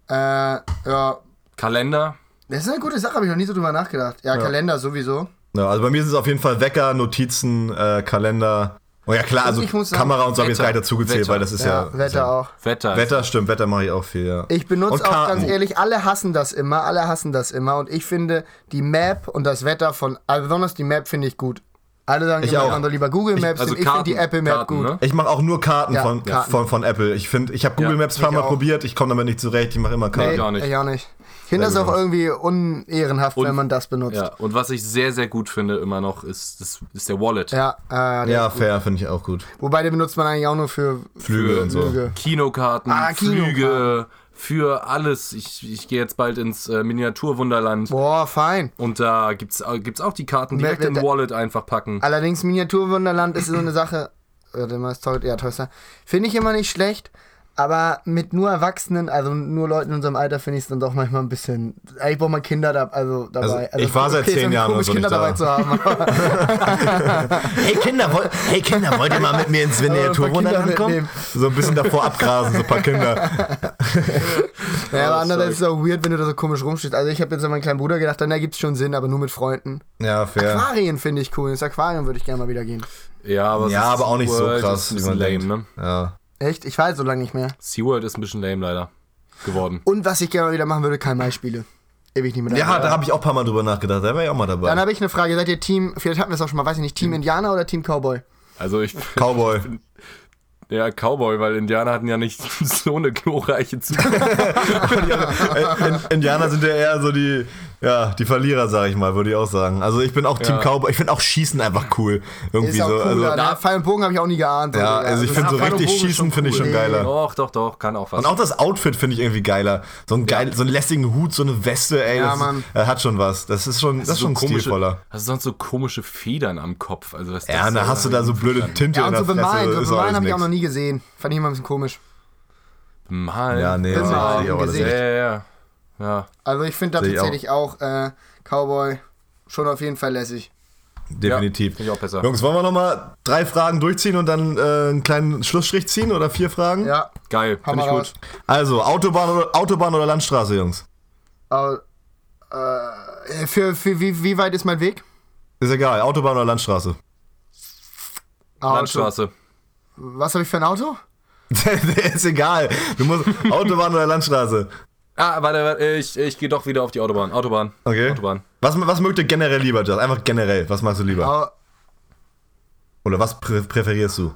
S3: Äh, ja.
S2: Kalender.
S3: Das ist eine gute Sache, habe ich noch nie so drüber nachgedacht. Ja, Kalender sowieso.
S1: Ja, also bei mir sind es auf jeden Fall Wecker, Notizen, äh, Kalender. Oh ja, klar, also
S3: ich muss sagen,
S1: Kamera und so habe ich jetzt
S2: Wetter.
S1: gar nicht dazu gezählt,
S2: Wetter.
S1: weil das ist ja.
S3: Ja,
S1: ist
S3: Wetter
S1: ja,
S3: auch.
S2: Wetter.
S1: Wetter stimmt, Wetter mache ich auch viel, ja.
S3: Ich benutze
S1: Und
S3: auch
S1: Karten.
S3: ganz ehrlich, alle hassen das immer, alle hassen das immer. Und ich finde die Map und das Wetter von, also besonders die Map finde ich gut. Alle sagen
S1: Ich
S3: immer,
S1: auch.
S3: man soll lieber Google Maps,
S2: also
S3: nehmen. ich finde die
S2: Karten-
S3: Apple Map
S2: Karten,
S3: gut.
S2: ne?
S1: Ich mache auch nur Karten,
S3: Ja,
S1: von,
S3: Karten.
S1: Von, von Apple. Ich finde, ich habe Google
S2: Ja,
S1: Maps ein paar
S3: ich
S1: Mal
S3: auch.
S1: probiert, ich komme damit nicht zurecht, ich mache immer Karten.
S2: Ich auch nicht.
S3: Ich auch nicht. Ich finde das
S1: Sehr
S3: auch
S1: gut.
S3: irgendwie unehrenhaft,
S2: Und-
S3: wenn man das benutzt.
S2: Ja, und was ich sehr, sehr gut finde immer noch, ist, das ist der Wallet.
S3: Ja, äh, der-
S1: ja, fair, finde ich auch gut.
S3: Wobei den benutzt man eigentlich auch nur für
S1: Flüge und so.
S3: Flüge.
S2: Kinokarten,
S3: Ah,
S2: Flüge, für alles. Ich, ich gehe jetzt bald ins äh, Miniaturwunderland.
S3: Boah, fein.
S2: Und da gibt's, äh, gibt's auch die Karten
S3: Wer- Ah.
S2: direkt
S3: wer-
S2: im Wallet einfach packen.
S3: Allerdings Miniaturwunderland ist so
S1: <clears throat>
S3: eine Sache. Warte mal, ist teuer, ja, teuer. Finde ich immer nicht schlecht, aber mit nur Erwachsenen, also nur Leuten in unserem Alter, finde ich es dann doch manchmal ein bisschen. Eigentlich braucht man Kinder da, also dabei.
S1: Also, ich war seit
S3: ist
S1: zehn
S3: irgendwie
S1: Jahren oder
S3: komisch,
S1: so
S3: Kinder
S1: nicht
S3: dabei
S1: da.
S3: zu haben.
S1: <laughs>
S3: aber-
S1: Hey Kinder, wollt, hey Kinder, wollt ihr mal mit mir
S3: <laughs>
S1: ins
S3: Miniaturwunderland
S1: Miniaturwunderland
S3: Äh, Kinder kommen?
S1: kommen?
S3: mitnehmen.
S1: So ein bisschen davor abgrasen, so ein paar Kinder.
S3: ja, aber andererseits ist
S2: sorry.
S3: es auch weird, wenn du da so komisch rumstehst. Also, ich habe jetzt an meinen kleinen Bruder gedacht, dann ergibt es schon Sinn, aber nur mit Freunden.
S1: Ja, fair.
S3: Aquarien finde ich cool. Ins Aquarium würde ich gerne mal wieder gehen.
S2: Ja, aber, es
S1: Ja,
S2: ist
S1: aber auch nicht so
S2: SeaWorld Ist ein
S1: krass, wie
S2: bisschen
S1: man
S2: lame,
S1: denkt.
S2: ne?
S1: Ja.
S3: Echt? Ich war so lange nicht mehr.
S2: SeaWorld ist ein bisschen lame leider geworden.
S3: Und was ich gerne mal wieder machen würde, Karl-May-Spiele. Ewig nicht mehr dabei.
S1: ja, da habe ich auch ein paar Mal drüber nachgedacht. Da wäre ich auch mal
S3: Dann
S1: dabei.
S3: habe ich eine Frage. Seid ihr Team, vielleicht hatten wir es auch schon mal, weiß ich nicht,
S1: Hm.
S3: Team Indianer oder Team Cowboy?
S2: Also ich, <laughs>
S1: Cowboy.
S2: ja, Cowboy, weil Indianer hatten ja nicht <laughs> so eine glorreiche Zukunft.
S1: Äh, In, Indianer sind ja eher so die, ja, die Verlierer, sag ich mal, würde ich auch sagen. Also ich bin auch Team
S2: Ja.
S1: Cowboy. Ich finde auch Schießen einfach cool. Irgendwie
S3: Ist auch
S1: so.
S3: cool,
S1: also,
S3: also,
S1: ja,
S3: ne? Pfeil und Bogen habe ich auch nie geahnt. so, Digga.
S1: also ich finde so
S2: Apollo
S1: richtig
S2: Bogen ist
S1: Schießen
S2: schon
S1: finde ich schon
S3: cool.
S1: geiler.
S2: doch, doch, doch, kann auch was.
S1: Und auch das Outfit finde ich irgendwie geiler. So einen, geil, so einen lässigen Hut, so eine Weste, ey,
S3: Ja,
S1: das
S3: Mann.
S1: Ist, äh, hat schon was. Das ist schon, das ist schon stilvoller.
S2: Hast du sonst so komische Federn am Kopf? Also was
S1: Ja,
S2: das
S1: und da
S2: soll.
S1: hast du da so blöde Tinte
S3: ja,
S1: in
S3: und
S1: der
S3: so bemalen,
S1: Fresse.
S3: so
S1: ist alles
S3: bemalen habe ich auch
S1: nix.
S3: noch nie gesehen. Fand ich immer ein bisschen komisch.
S2: Mal.
S1: Ja, nee, das
S3: Bemalen
S1: sehe ich aber das
S2: Ja,
S1: ist
S3: gesehen.
S1: echt.
S2: ja, ja. ja.
S3: Also ich finde da
S1: Sehe ich auch.
S3: tatsächlich auch, äh, Cowboy schon auf jeden Fall lässig.
S1: definitiv.
S2: finde ich auch besser.
S1: Jungs, wollen wir nochmal drei Fragen durchziehen und dann äh, einen kleinen Schlussstrich ziehen oder vier Fragen?
S3: Ja,
S2: Geil,
S3: hau
S2: finde
S3: mal
S2: ich
S3: raus.
S2: gut.
S1: Also, Autobahn oder, Autobahn oder Landstraße, Jungs?
S3: Aber, äh, für, für wie, wie weit ist mein Weg?
S1: Ist egal, Autobahn oder Landstraße.
S3: Auto.
S2: Landstraße.
S3: Ah, Was habe ich für ein Auto?
S1: <laughs> ist egal. Du musst Autobahn oder Landstraße.
S2: Ah, warte, warte ich, ich gehe doch wieder auf die Autobahn. Autobahn.
S1: Okay.
S2: Autobahn.
S1: Was, was mögt ihr generell lieber, Just? Einfach generell. Was magst du lieber?
S3: Au-
S1: Oder was prä präferierst du?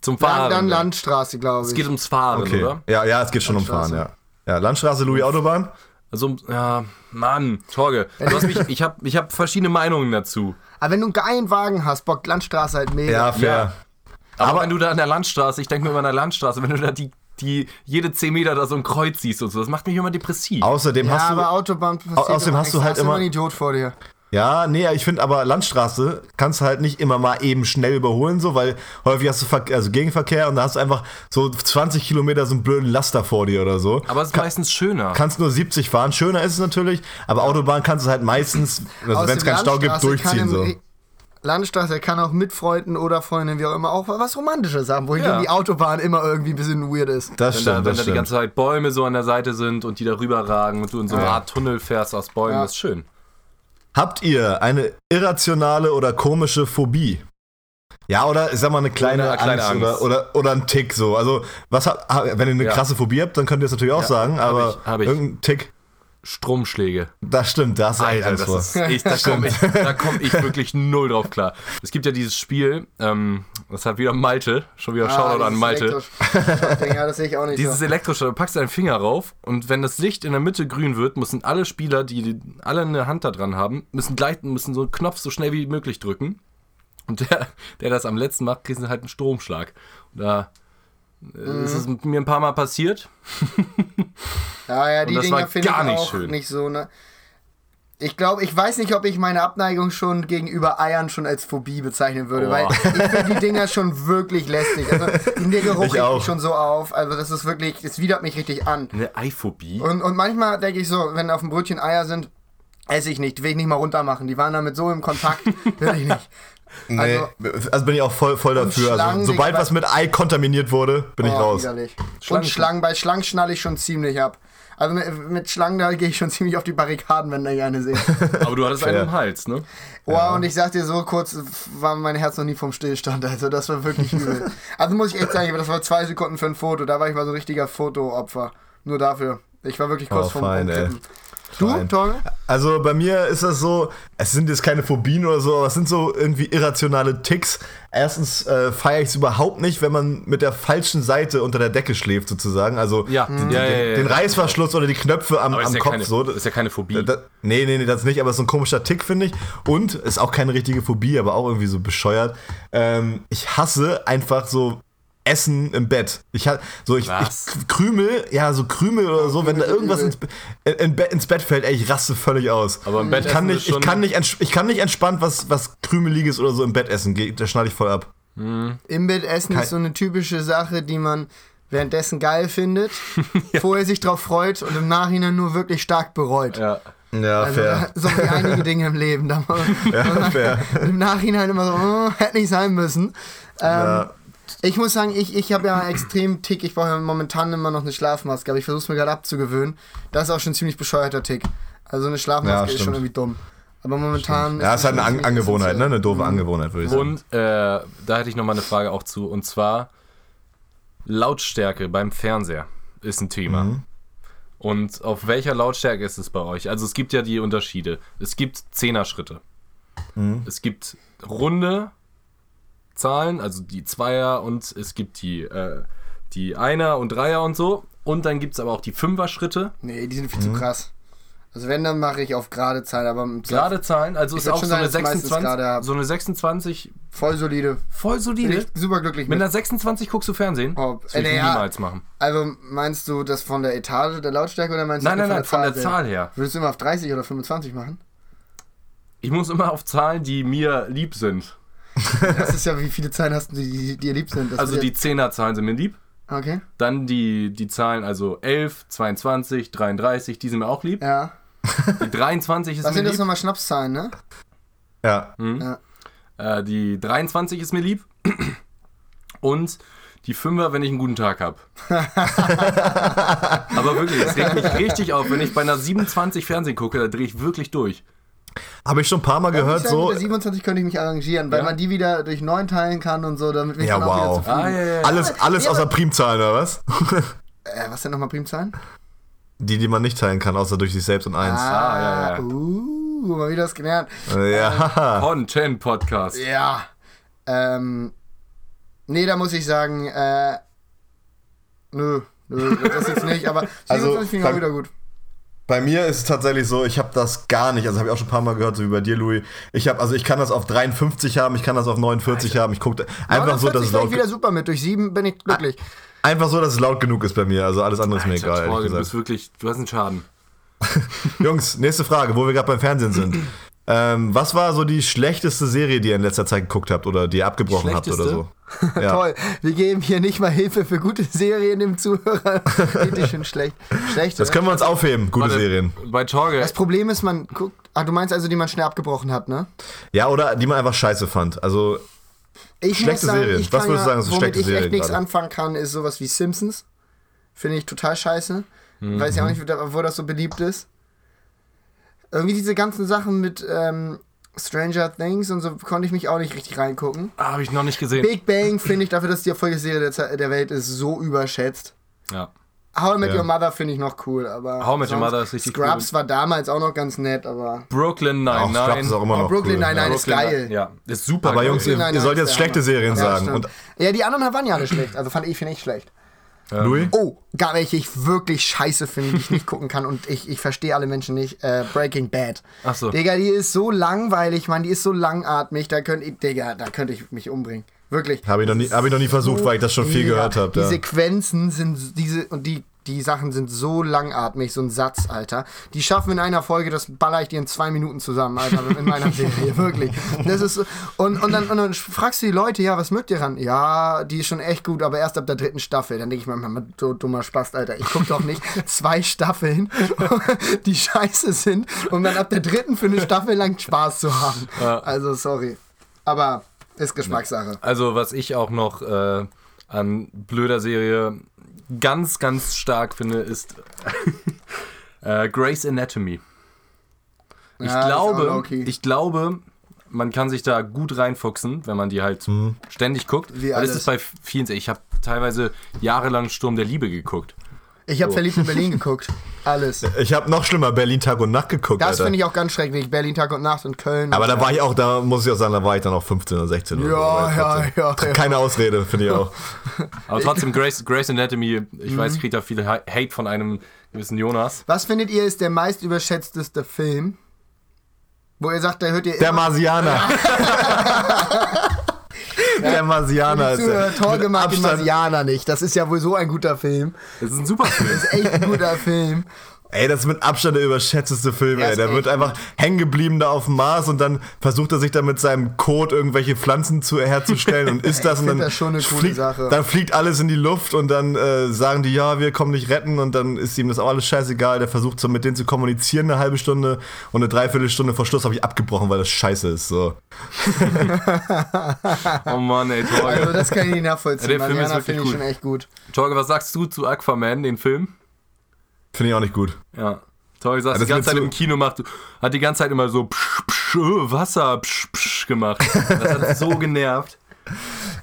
S2: Zum
S3: Dann,
S2: Fahren.
S3: dann Landstraße, glaube
S2: Es
S3: ich.
S2: geht um ums Fahren,
S1: Okay.
S2: oder?
S1: Ja, ja, es geht schon um Fahren, ja. Ja, Landstraße, Louis, Autobahn.
S2: Also, um- ja, Mann, Torge, du hast mich, ich habe ich hab verschiedene Meinungen dazu.
S3: Aber wenn du einen geilen Wagen hast, bockt Landstraße halt mega.
S1: Ja, fair.
S2: Aber, wenn du da an der Landstraße, ich denke mir immer an der Landstraße, wenn du da die, die jede 10 Meter da so ein Kreuz siehst und so, das macht mich immer depressiv.
S1: Außerdem
S3: Ja,
S1: hast du.
S3: aber Autobahn passiert
S1: Au- außerdem
S3: immer
S1: hast du
S3: nichts.
S1: halt immer-
S3: einen Idiot vor dir.
S1: Ja, nee, ich finde aber Landstraße kannst du halt nicht immer mal eben schnell überholen, so, weil häufig hast du Ver also Gegenverkehr und da hast du einfach so 20 Kilometer so einen blöden Laster vor dir oder so.
S2: Aber es ist meistens schöner.
S1: kannst nur 70 fahren, schöner ist es natürlich, aber Autobahn kannst du halt meistens, also wenn es
S3: Außerdem
S1: keinen Stau gibt,
S3: Landstraße
S1: durchziehen.
S3: kann
S1: So.
S3: im- E- Landstraße kann auch mit Freunden oder Freundinnen, wie auch immer, auch was Romantisches haben, wohingegen
S2: Ja.
S3: die Autobahn immer irgendwie ein bisschen weird ist.
S1: Das
S2: wenn
S1: stimmt,
S2: da, wenn
S1: das
S2: da die
S1: stimmt.
S2: ganze Zeit Bäume so an der Seite sind und die darüber ragen und du in so eine Art Tunnel fährst aus Bäumen,
S3: Ja.
S2: ist schön.
S1: Habt ihr eine irrationale oder komische Phobie? Ja, oder ich sag mal eine kleine,
S2: Oder eine kleine
S1: Angst,
S2: Angst.
S1: Oder, oder, oder ein Tick so. Also, was habt, ha- wenn ihr eine
S2: Ja.
S1: krasse Phobie habt, dann könnt ihr es natürlich auch sagen, aber
S2: ich, hab ich.
S1: irgendein Tick,
S2: Stromschläge.
S1: das stimmt, das ist
S2: Alter,
S1: Angst
S2: das
S1: vor.
S2: ist, ich, da komme ich, da komm ich wirklich null drauf klar. Es gibt ja dieses Spiel, ähm, das hat wieder Malte, schon wieder Shoutout
S3: Ah,
S2: an
S3: dieses
S2: Malte.
S3: Elektrosch- ja, das sehe ich auch nicht.
S2: Dieses
S3: so.
S2: elektrische, du packst deinen Finger rauf und wenn das Licht in der Mitte grün wird, müssen alle Spieler, die die alle eine Hand da dran haben, müssen gleich, müssen so einen Knopf so schnell wie möglich drücken. Und der, der das am letzten macht, kriegt halt einen Stromschlag. Und da äh, ist es mir ein paar Mal passiert.
S3: Ja, ja, die
S2: das war
S3: Dinger finde ich
S2: gar nicht
S3: auch
S2: schön.
S3: nicht so, ne? Ich glaube, ich weiß nicht, ob ich meine Abneigung schon gegenüber Eiern schon als Phobie bezeichnen würde,
S2: Boah.
S3: weil ich finde die Dinger schon wirklich lästig. Also
S1: <laughs>
S3: der Geruch regt
S1: auch.
S3: mich schon so auf. Also das ist wirklich, das widert mich richtig an.
S2: Eine Eiphobie.
S3: Und, und manchmal denke ich so, wenn auf dem Brötchen Eier sind, esse ich nicht, will ich nicht mal runtermachen. Die waren damit so
S1: <laughs>
S3: im Kontakt, will ich nicht.
S1: Nee,
S3: Also-
S1: also, bin ich auch voll, voll dafür.
S3: Schlangen,
S1: Also, sobald
S3: Digga.
S1: was mit Ei kontaminiert wurde, bin ich
S3: Oh,
S1: raus.
S3: widerlich.
S2: Schlangen-
S3: Und Schlangen, bei Schlangen schnalle ich schon ziemlich ab. Also mit, mit Schlangen, da gehe ich schon ziemlich auf die Barrikaden, wenn da ich eine
S1: <laughs>
S3: sehe.
S2: Aber du hattest einen
S1: Fair.
S2: im Hals, ne?
S3: Wow, und ich sag dir so kurz, war mein Herz noch nie vom Stillstand. Also das war wirklich übel.
S1: <laughs>
S3: Also muss ich echt sagen, das war zwei Sekunden für ein Foto. Da war ich mal so ein richtiger Fotoopfer. Nur dafür. Ich war wirklich kurz
S1: Oh,
S3: vom
S1: fein, ey.
S3: Umkippen. Du,
S1: Fein.
S3: Torge?
S1: Also bei mir ist das so, es sind jetzt keine Phobien oder so, aber es sind so irgendwie irrationale Ticks. Erstens äh, feiere ich es überhaupt nicht, wenn man mit der falschen Seite unter der Decke schläft, sozusagen. Also
S2: Ja.
S1: den,
S2: Ja, ja, ja,
S1: den
S2: ja.
S1: Reißverschluss oder die Knöpfe am,
S2: Aber
S1: am
S2: ist, ja
S1: Kopf.
S2: keine,
S1: so.
S2: ist ja keine Phobie.
S1: Da, nee, nee, nee, das nicht, aber es ist so ein komischer Tick, finde ich. Und ist auch keine richtige Phobie, aber auch irgendwie so bescheuert. Ähm, ich hasse einfach so Essen im Bett. Ich ha- so ich,
S2: Was?
S1: ich Krümel, ja, so Krümel oder so, wenn da
S3: Krümel
S1: irgendwas ins,
S3: sind
S1: in, in Bett, ins Bett fällt, ey, ich raste völlig aus.
S2: Aber im Bett
S1: ich kann
S2: essen
S1: nicht,
S2: ist schon-
S1: ich kann nicht, ents- ich kann nicht entspannt was was krümeliges oder so im Bett essen, Geh- da schneide ich voll ab.
S3: Im Bett essen ist so eine typische Sache, die man währenddessen
S1: <laughs>
S3: geil findet, vorher sich drauf freut und im Nachhinein nur wirklich stark bereut.
S2: ja.
S1: Ja,
S3: Also, <laughs> so wie einige Dinge im Leben. Da man,
S1: ja, fair.
S3: Im Nachhinein immer so, oh, hätte nicht sein müssen. Ähm,
S1: Ja.
S3: Ich muss sagen, ich, ich habe ja einen extremen Tick. Ich brauche ja momentan immer noch eine Schlafmaske, aber ich versuche es mir gerade abzugewöhnen. Das ist auch schon ein ziemlich bescheuerter Tick. Also eine
S1: Ja,
S3: Schlafmaske ist
S1: stimmt.
S3: schon irgendwie dumm. Aber momentan.
S1: ja, ist halt eine An
S3: ziemlich
S1: Angewohnheit, ne?
S3: essentiell.
S1: Eine doofe Angewohnheit, würde ich sagen.
S2: Und äh, da hätte ich nochmal eine Frage auch zu. Und zwar Lautstärke beim Fernseher ist ein Thema. Und auf welcher Lautstärke ist es bei euch? Also es gibt ja die Unterschiede. Es gibt Zehner-Schritte. Es gibt runde Zahlen, also die Zweier und es gibt die, äh, die Einer und Dreier und so. Und dann gibt es aber auch die Fünfer-Schritte.
S3: Nee, die sind viel
S2: Mhm.
S3: zu krass. Also wenn, dann mache ich auf gerade Zahlen, aber im
S2: Gerade Zahlen, also ist
S3: würd
S2: auch so
S3: schon
S2: eine,
S3: sagen, dass ich meistens
S2: 26,
S3: gerade hab.
S2: so eine 26
S3: voll solide.
S2: voll
S3: Bin
S2: solide.
S3: ich super glücklich
S2: Mit
S3: mit.
S2: einer 26 guckst du Fernsehen?
S3: Oh,
S2: das will ich
S3: NDR.
S2: niemals machen.
S3: Also meinst du das von der Etage, der Lautstärke oder meinst
S2: Nein,
S3: du
S2: nein, nein, von der
S3: her?
S2: Zahl her.
S3: Würdest du immer auf 30 oder 25 machen?
S2: Ich muss immer auf Zahlen, die mir lieb sind.
S3: Das ist ja, wie viele Zahlen hast du, die, die dir lieb sind? Das
S2: Also
S3: wird
S2: die 10er-Zahlen sind mir lieb.
S3: Ja, okay.
S2: Dann die, die Zahlen, also 11, 22, 33, die sind mir auch lieb.
S3: Ja.
S2: Die 23 ist
S3: Was
S2: mir lieb.
S3: sind
S2: Mhm.
S3: das nochmal Schnapszahlen, ne?
S1: Ja.
S2: Äh, die 23 ist mir lieb. Und die 5er, wenn ich einen guten Tag <laughs> habe. Aber wirklich, es regt mich richtig auf. Wenn ich bei einer 27 Fernsehen gucke, da drehe ich wirklich durch.
S1: Habe ich schon ein paar Mal gehört,
S3: ich sagen,
S1: so.
S3: halt Mit der 27 könnte ich mich arrangieren, weil
S2: Ja.
S3: man die wieder durch 9 teilen kann und so, damit wir
S1: Ja,
S3: dann auch
S1: wow.
S3: wieder zufrieden
S2: Ah, ja, ja, ja.
S1: Alles, alles außer Primzahlen, oder was? <laughs>
S3: Äh, was denn nochmal Primzahlen?
S1: Die, die man nicht teilen kann, außer durch sich selbst und eins.
S2: Ah, ja, ja.
S3: Uh, mal wieder was gelernt.
S1: ja, haha.
S2: Content Podcast.
S3: Ja. Ähm. Nee, da muss ich sagen, äh. Nö, nö, das jetzt nicht, aber
S1: <laughs>
S3: 27
S1: Also,
S3: finde ich auch
S1: sag-
S3: wieder gut.
S1: Bei mir ist es tatsächlich so, ich habe das gar nicht. Also habe ich auch schon ein paar Mal gehört, so wie bei dir, Louis. Ich habe, also ich kann das auf 53 haben, ich kann das auf 49 haben. Ich gucke einfach so, dass es Ah,
S3: 49 fand ich
S1: laut,
S3: wieder super mit. Durch 7 bin ich glücklich.
S1: einfach so, dass es laut genug ist bei mir. Also alles andere ist mir
S2: Alter,
S1: egal.
S2: Torge,
S1: Ehrlich
S2: du
S1: gesagt.
S2: bist wirklich, du hast einen Schaden.
S1: Jungs, nächste Frage, wo wir gerade beim
S2: <clears throat>
S1: Fernsehen sind. ähm, was war so die schlechteste Serie, die ihr in letzter Zeit geguckt habt oder die ihr abgebrochen habt oder so?
S2: <laughs>
S1: Ja.
S3: Toll. Wir geben hier nicht mal Hilfe für gute Serien
S1: <laughs>
S3: dem Zuhörer. Richtig schön schlecht. Schlecht.
S1: Das können wir uns aufheben, gute
S2: Warte,
S1: Serien.
S2: Bei Torge,
S3: das Problem ist, man guckt. Ah, du meinst also, die man schnell abgebrochen hat, ne?
S1: Ja, oder die man einfach scheiße fand. Also,
S3: Ich
S1: Schlechte
S3: muss sagen,
S1: Serien.
S3: Ich
S1: Was
S3: kann
S1: würdest du
S3: ja-
S1: sagen, ist eine
S3: womit
S1: schlechte
S3: ich
S1: Serie
S3: echt nichts
S1: gerade?
S3: anfangen kann, ist sowas wie Simpsons. Finde ich total scheiße. Weiß
S1: Mhm.
S3: ja auch nicht, wo da- wo das so beliebt ist. Irgendwie diese ganzen Sachen mit ähm, Stranger Things und so konnte ich mich auch nicht richtig reingucken.
S2: ah, habe ich noch nicht gesehen.
S3: Big Bang finde ich dafür, dass die erfolgreichste Serie der, Ze- der Welt ist, so überschätzt.
S2: Ja.
S3: How I Met
S1: Ja.
S3: Your Mother finde ich noch cool, aber.
S2: How I Met Your
S3: sonst-
S2: Mother ist richtig
S3: Scrubs war damals auch noch ganz nett, aber.
S2: Brooklyn
S1: auch
S2: nein,
S1: Scrubs
S2: nein.
S1: ist auch immer
S3: Oh,
S1: noch
S3: Brooklyn
S1: cool.
S3: Nine-Nine
S1: ja.
S3: ist geil.
S2: Ja, ist super.
S1: Aber
S2: geil.
S1: Jungs, ihr,
S3: Nein,
S1: ihr
S3: nein,
S1: sollt
S3: ist
S1: jetzt
S3: der
S1: schlechte
S3: Hammer.
S1: Serien sagen.
S3: stimmt.
S1: Und
S3: ja, die anderen waren ja alle schlecht. Also fand ich, finde ich schlecht.
S2: Ähm,
S1: Louis?
S2: Mhm.
S3: Oh, gar welche ich wirklich scheiße finde, die ich nicht gucken kann und ich, ich verstehe alle Menschen nicht. Äh, Breaking Bad.
S2: Ach so.
S3: Digga, die ist so langweilig, Mann, die ist so langatmig, da könnte ich, Digga, da könnte ich mich umbringen. Wirklich.
S1: Habe ich, noch nie- hab ich noch nie versucht, weil ich das schon viel
S3: Mega.
S1: gehört habe.
S3: Die
S1: Ja.
S3: Sequenzen sind diese und die, die Sachen sind so langatmig, so ein Satz, Alter. Die schaffen in einer Folge, das baller ich dir in zwei Minuten zusammen, Alter, <laughs> in meiner Serie, wirklich. Das ist so, und, und, dann, und dann fragst du die Leute, ja, was mögt ihr ran? Ja, die ist schon echt gut, aber erst ab der dritten Staffel. Dann denke ich mir, Mann, so dummer Spaß, Alter. Ich gucke doch nicht
S1: <laughs>
S3: zwei Staffeln, <laughs> die scheiße sind, um dann ab der dritten für eine Staffel lang Spaß zu haben. Also, sorry. Aber ist Geschmackssache.
S2: Also, was ich auch noch äh, an blöder Serie ganz, ganz stark finde, ist äh, Grey's Anatomy. Ich
S3: Ja, ist auch
S2: glaube,
S3: low-key.
S2: ich glaube, man kann sich da gut reinfuchsen, wenn man die halt
S1: Hm.
S2: ständig guckt.
S3: Wie
S2: Weil
S3: alles.
S2: das ist bei vielen, ich habe teilweise jahrelang Sturm der Liebe geguckt.
S3: Ich habe verliebt in
S1: <laughs>
S3: Berlin geguckt. Alles.
S1: Ich habe noch schlimmer Berlin Tag und Nacht geguckt.
S3: Das
S1: Alter.
S3: finde ich auch ganz schrecklich. Berlin Tag und Nacht und Köln.
S1: Aber da war ich auch, da muss ich auch sagen, da war ich dann auch 15 oder 16 oder
S3: Ja,
S1: so. Oder
S3: ja,
S1: 14.
S3: ja,
S1: <laughs>
S3: ja.
S1: Keine Ausrede, finde ich
S3: <laughs>
S1: auch.
S2: Aber
S3: Äh,
S2: trotzdem, Grey's, Grey's Anatomy, ich
S3: Mhm.
S2: weiß, ich kriege da viel Ha- Hate von einem gewissen Jonas.
S3: Was findet ihr ist der meist überschätzteste Film? Wo ihr sagt, da hört ihr
S1: Der Marsianer. Der Marsianer ist
S3: zuhört, Torge
S1: also, mit
S3: mag den
S1: Abstand-
S3: Marsianer nicht. Das ist ja wohl so ein guter Film.
S2: Das ist ein super Film.
S3: Das ist echt ein
S1: <laughs>
S3: guter Film.
S1: Ey, das ist mit Abstand der überschätzteste Film,
S3: Ja,
S1: ey.
S3: ist
S1: Der
S3: echt
S1: wird einfach hängen geblieben da auf dem Mars und dann versucht er sich da mit seinem Kot irgendwelche Pflanzen zu, herzustellen und
S3: <laughs>
S1: isst das und
S3: find
S1: dann,
S3: das schon eine coole
S1: fliegt,
S3: Sache.
S1: dann fliegt alles in die Luft und dann äh, sagen die, ja, wir kommen dich retten und dann ist ihm das auch alles scheißegal. Der versucht so mit denen zu kommunizieren eine halbe Stunde und eine Dreiviertelstunde vor Schluss habe ich abgebrochen, weil das scheiße ist. So.
S2: <laughs> Oh Mann, ey, Torge.
S3: Also das kann ich nicht nachvollziehen.
S2: Ja, der Film ist
S3: Marsianer
S2: wirklich
S3: finde ich
S2: cool.
S3: schon echt gut.
S2: Torge, was sagst du zu Aquaman, den Film?
S1: Finde ich auch nicht gut.
S2: Ja. Torge saß
S1: das
S2: die ganze
S1: wird
S2: Zeit
S1: so-
S2: im Kino, macht, hat die ganze Zeit immer so psch, psch, öh, Wasser psch, psch gemacht. Das hat
S3: <laughs>
S2: so genervt.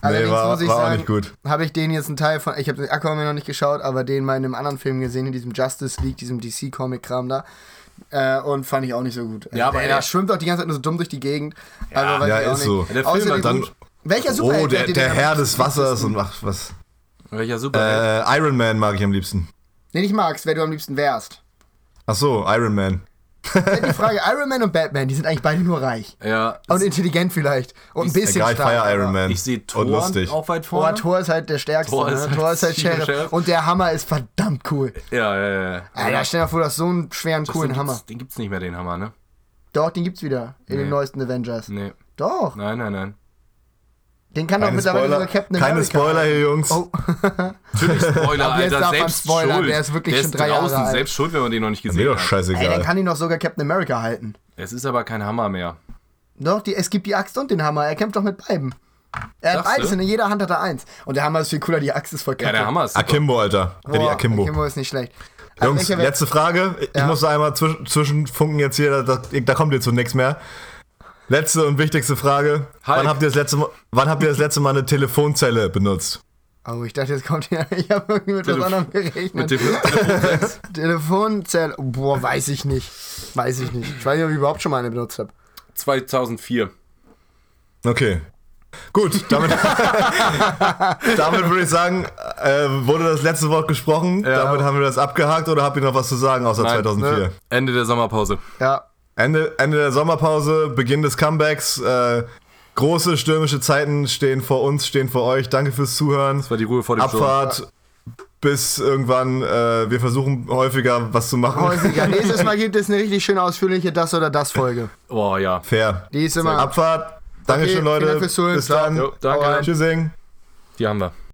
S3: Allerdings
S1: war-
S3: muss ich
S1: war auch
S3: sagen,
S1: nicht gut.
S3: habe ich den jetzt einen Teil von, ich habe den Aquaman noch nicht geschaut, aber den mal in einem anderen Film gesehen, in diesem Justice League, diesem DC-Comic-Kram da. Äh, und fand ich auch nicht so gut.
S2: Ja, aber
S3: der,
S2: der-
S3: der schwimmt doch die ganze Zeit nur so dumm durch die Gegend. also, weiß
S1: ja,
S3: ich auch
S1: ist
S3: nicht.
S1: so.
S2: Der Film
S3: Außerdem-
S2: hat dann-
S3: Welcher Superheld
S1: Oh, der,
S3: hättet ihr
S1: der
S3: denn-
S1: Herr des Wassers und ach, was.
S2: Welcher super.
S1: Äh, Iron Man mag ich am liebsten.
S3: Den ich magst, wer du am liebsten wärst.
S1: Ach so, Iron Man.
S3: Dann die
S1: <laughs>
S3: Frage: Iron Man und Batman, die sind eigentlich beide nur reich.
S2: ja.
S3: Und intelligent vielleicht. Und ein bisschen
S1: Egal, ich
S3: stark.
S1: feier Iron
S3: aber-
S1: Man.
S2: Ich sehe Thor
S1: Und lustig.
S2: auch weit vorne.
S3: Oh, Thor ist halt der stärkste.
S2: Thor
S3: Thor
S2: ist
S3: ist, ne?
S2: halt
S3: Thor ist halt
S2: ziemlich
S3: Sheriff.
S2: Sheriff.
S3: Und der Hammer ist verdammt cool.
S2: Ja, ja, ja.
S3: Alter, stell dir vor, du hast so einen schweren, coolen
S2: den
S3: Hammer.
S2: Gibt's, den gibt's nicht mehr, den Hammer, ne?
S3: Doch, den gibt's wieder. In den neuesten Avengers.
S2: Nee.
S3: Doch.
S2: Nein, nein, nein.
S3: Den kann doch
S1: Keine
S3: mittlerweile
S1: Spoiler,
S3: sogar Captain
S1: keine
S3: America.
S1: Spoiler hier, Jungs.
S3: Oh.
S2: Natürlich Spoiler,
S3: <laughs> Aber jetzt
S2: Alter.
S3: darf man
S2: Selbst
S3: spoilern,
S2: schuld.
S3: der ist wirklich schon drei Jahre
S2: draußen,
S3: alt.
S2: selbst schuld, wenn man den noch nicht
S1: Mir
S2: gesehen
S1: doch
S2: hat.
S1: scheißegal.
S3: Ey, dann kann ihn doch sogar Captain America halten.
S2: Es ist aber kein Hammer mehr.
S3: Doch, die, es gibt die Axt und den Hammer. Er kämpft doch mit beiden. Er hat
S2: Sagst
S3: beides
S2: du?
S3: und in jeder Hand hat er eins. Und der Hammer ist viel cooler, die Axt ist voll kacke.
S2: Ja, der Hammer ist super.
S1: Akimbo, Alter. Ja, die
S3: Boah,
S1: Akimbo.
S3: Akimbo Also, ist nicht schlecht. Ab
S1: Jungs,
S3: welcher Wert-
S1: letzte Frage. Ich
S3: Ja.
S1: muss da einmal zwisch zwischenfunken jetzt hier, da, da, da kommt jetzt so nichts mehr. Letzte und wichtigste Frage.
S2: Hulk.
S1: Wann habt, ihr das letzte Mal, wann habt ihr das letzte Mal eine Telefonzelle benutzt?
S3: Oh, ich dachte, jetzt kommt ja. <laughs> Ich habe irgendwie mit was
S2: Telef-
S3: anderem gerechnet.
S2: Mit dem <laughs> Telefonsex.
S3: Telefonzelle. Boah, weiß ich nicht. Weiß ich nicht. Ich weiß nicht, ob ich überhaupt schon mal eine benutzt habe.
S2: 2004.
S1: Okay. Gut, damit, <laughs> damit würde ich sagen, äh, wurde das letzte Wort gesprochen.
S2: Ja.
S1: Damit haben wir das abgehakt oder habt ihr noch was zu sagen außer
S2: Nein,
S1: 2004?
S2: ne? Ende der Sommerpause.
S3: Ja.
S1: Ende, Ende der Sommerpause, Beginn des Comebacks. Äh, große stürmische Zeiten stehen vor uns, stehen vor euch. Danke fürs Zuhören.
S2: Das war die Ruhe vor dem Sturm.
S1: Abfahrt bis irgendwann. Äh, wir versuchen häufiger was zu machen.
S2: <laughs>
S3: Häufiger. Nächstes Mal gibt es eine richtig schön ausführliche Das oder Das Folge.
S2: Oh ja.
S1: Fair.
S3: Die ist immer.
S1: Abfahrt. Dankeschön,
S3: Ah. vielen
S1: Leute.
S3: Dank fürs Zuhören.
S1: bis dann.
S2: Jo, danke.
S1: Tschüssing.
S2: Die haben wir.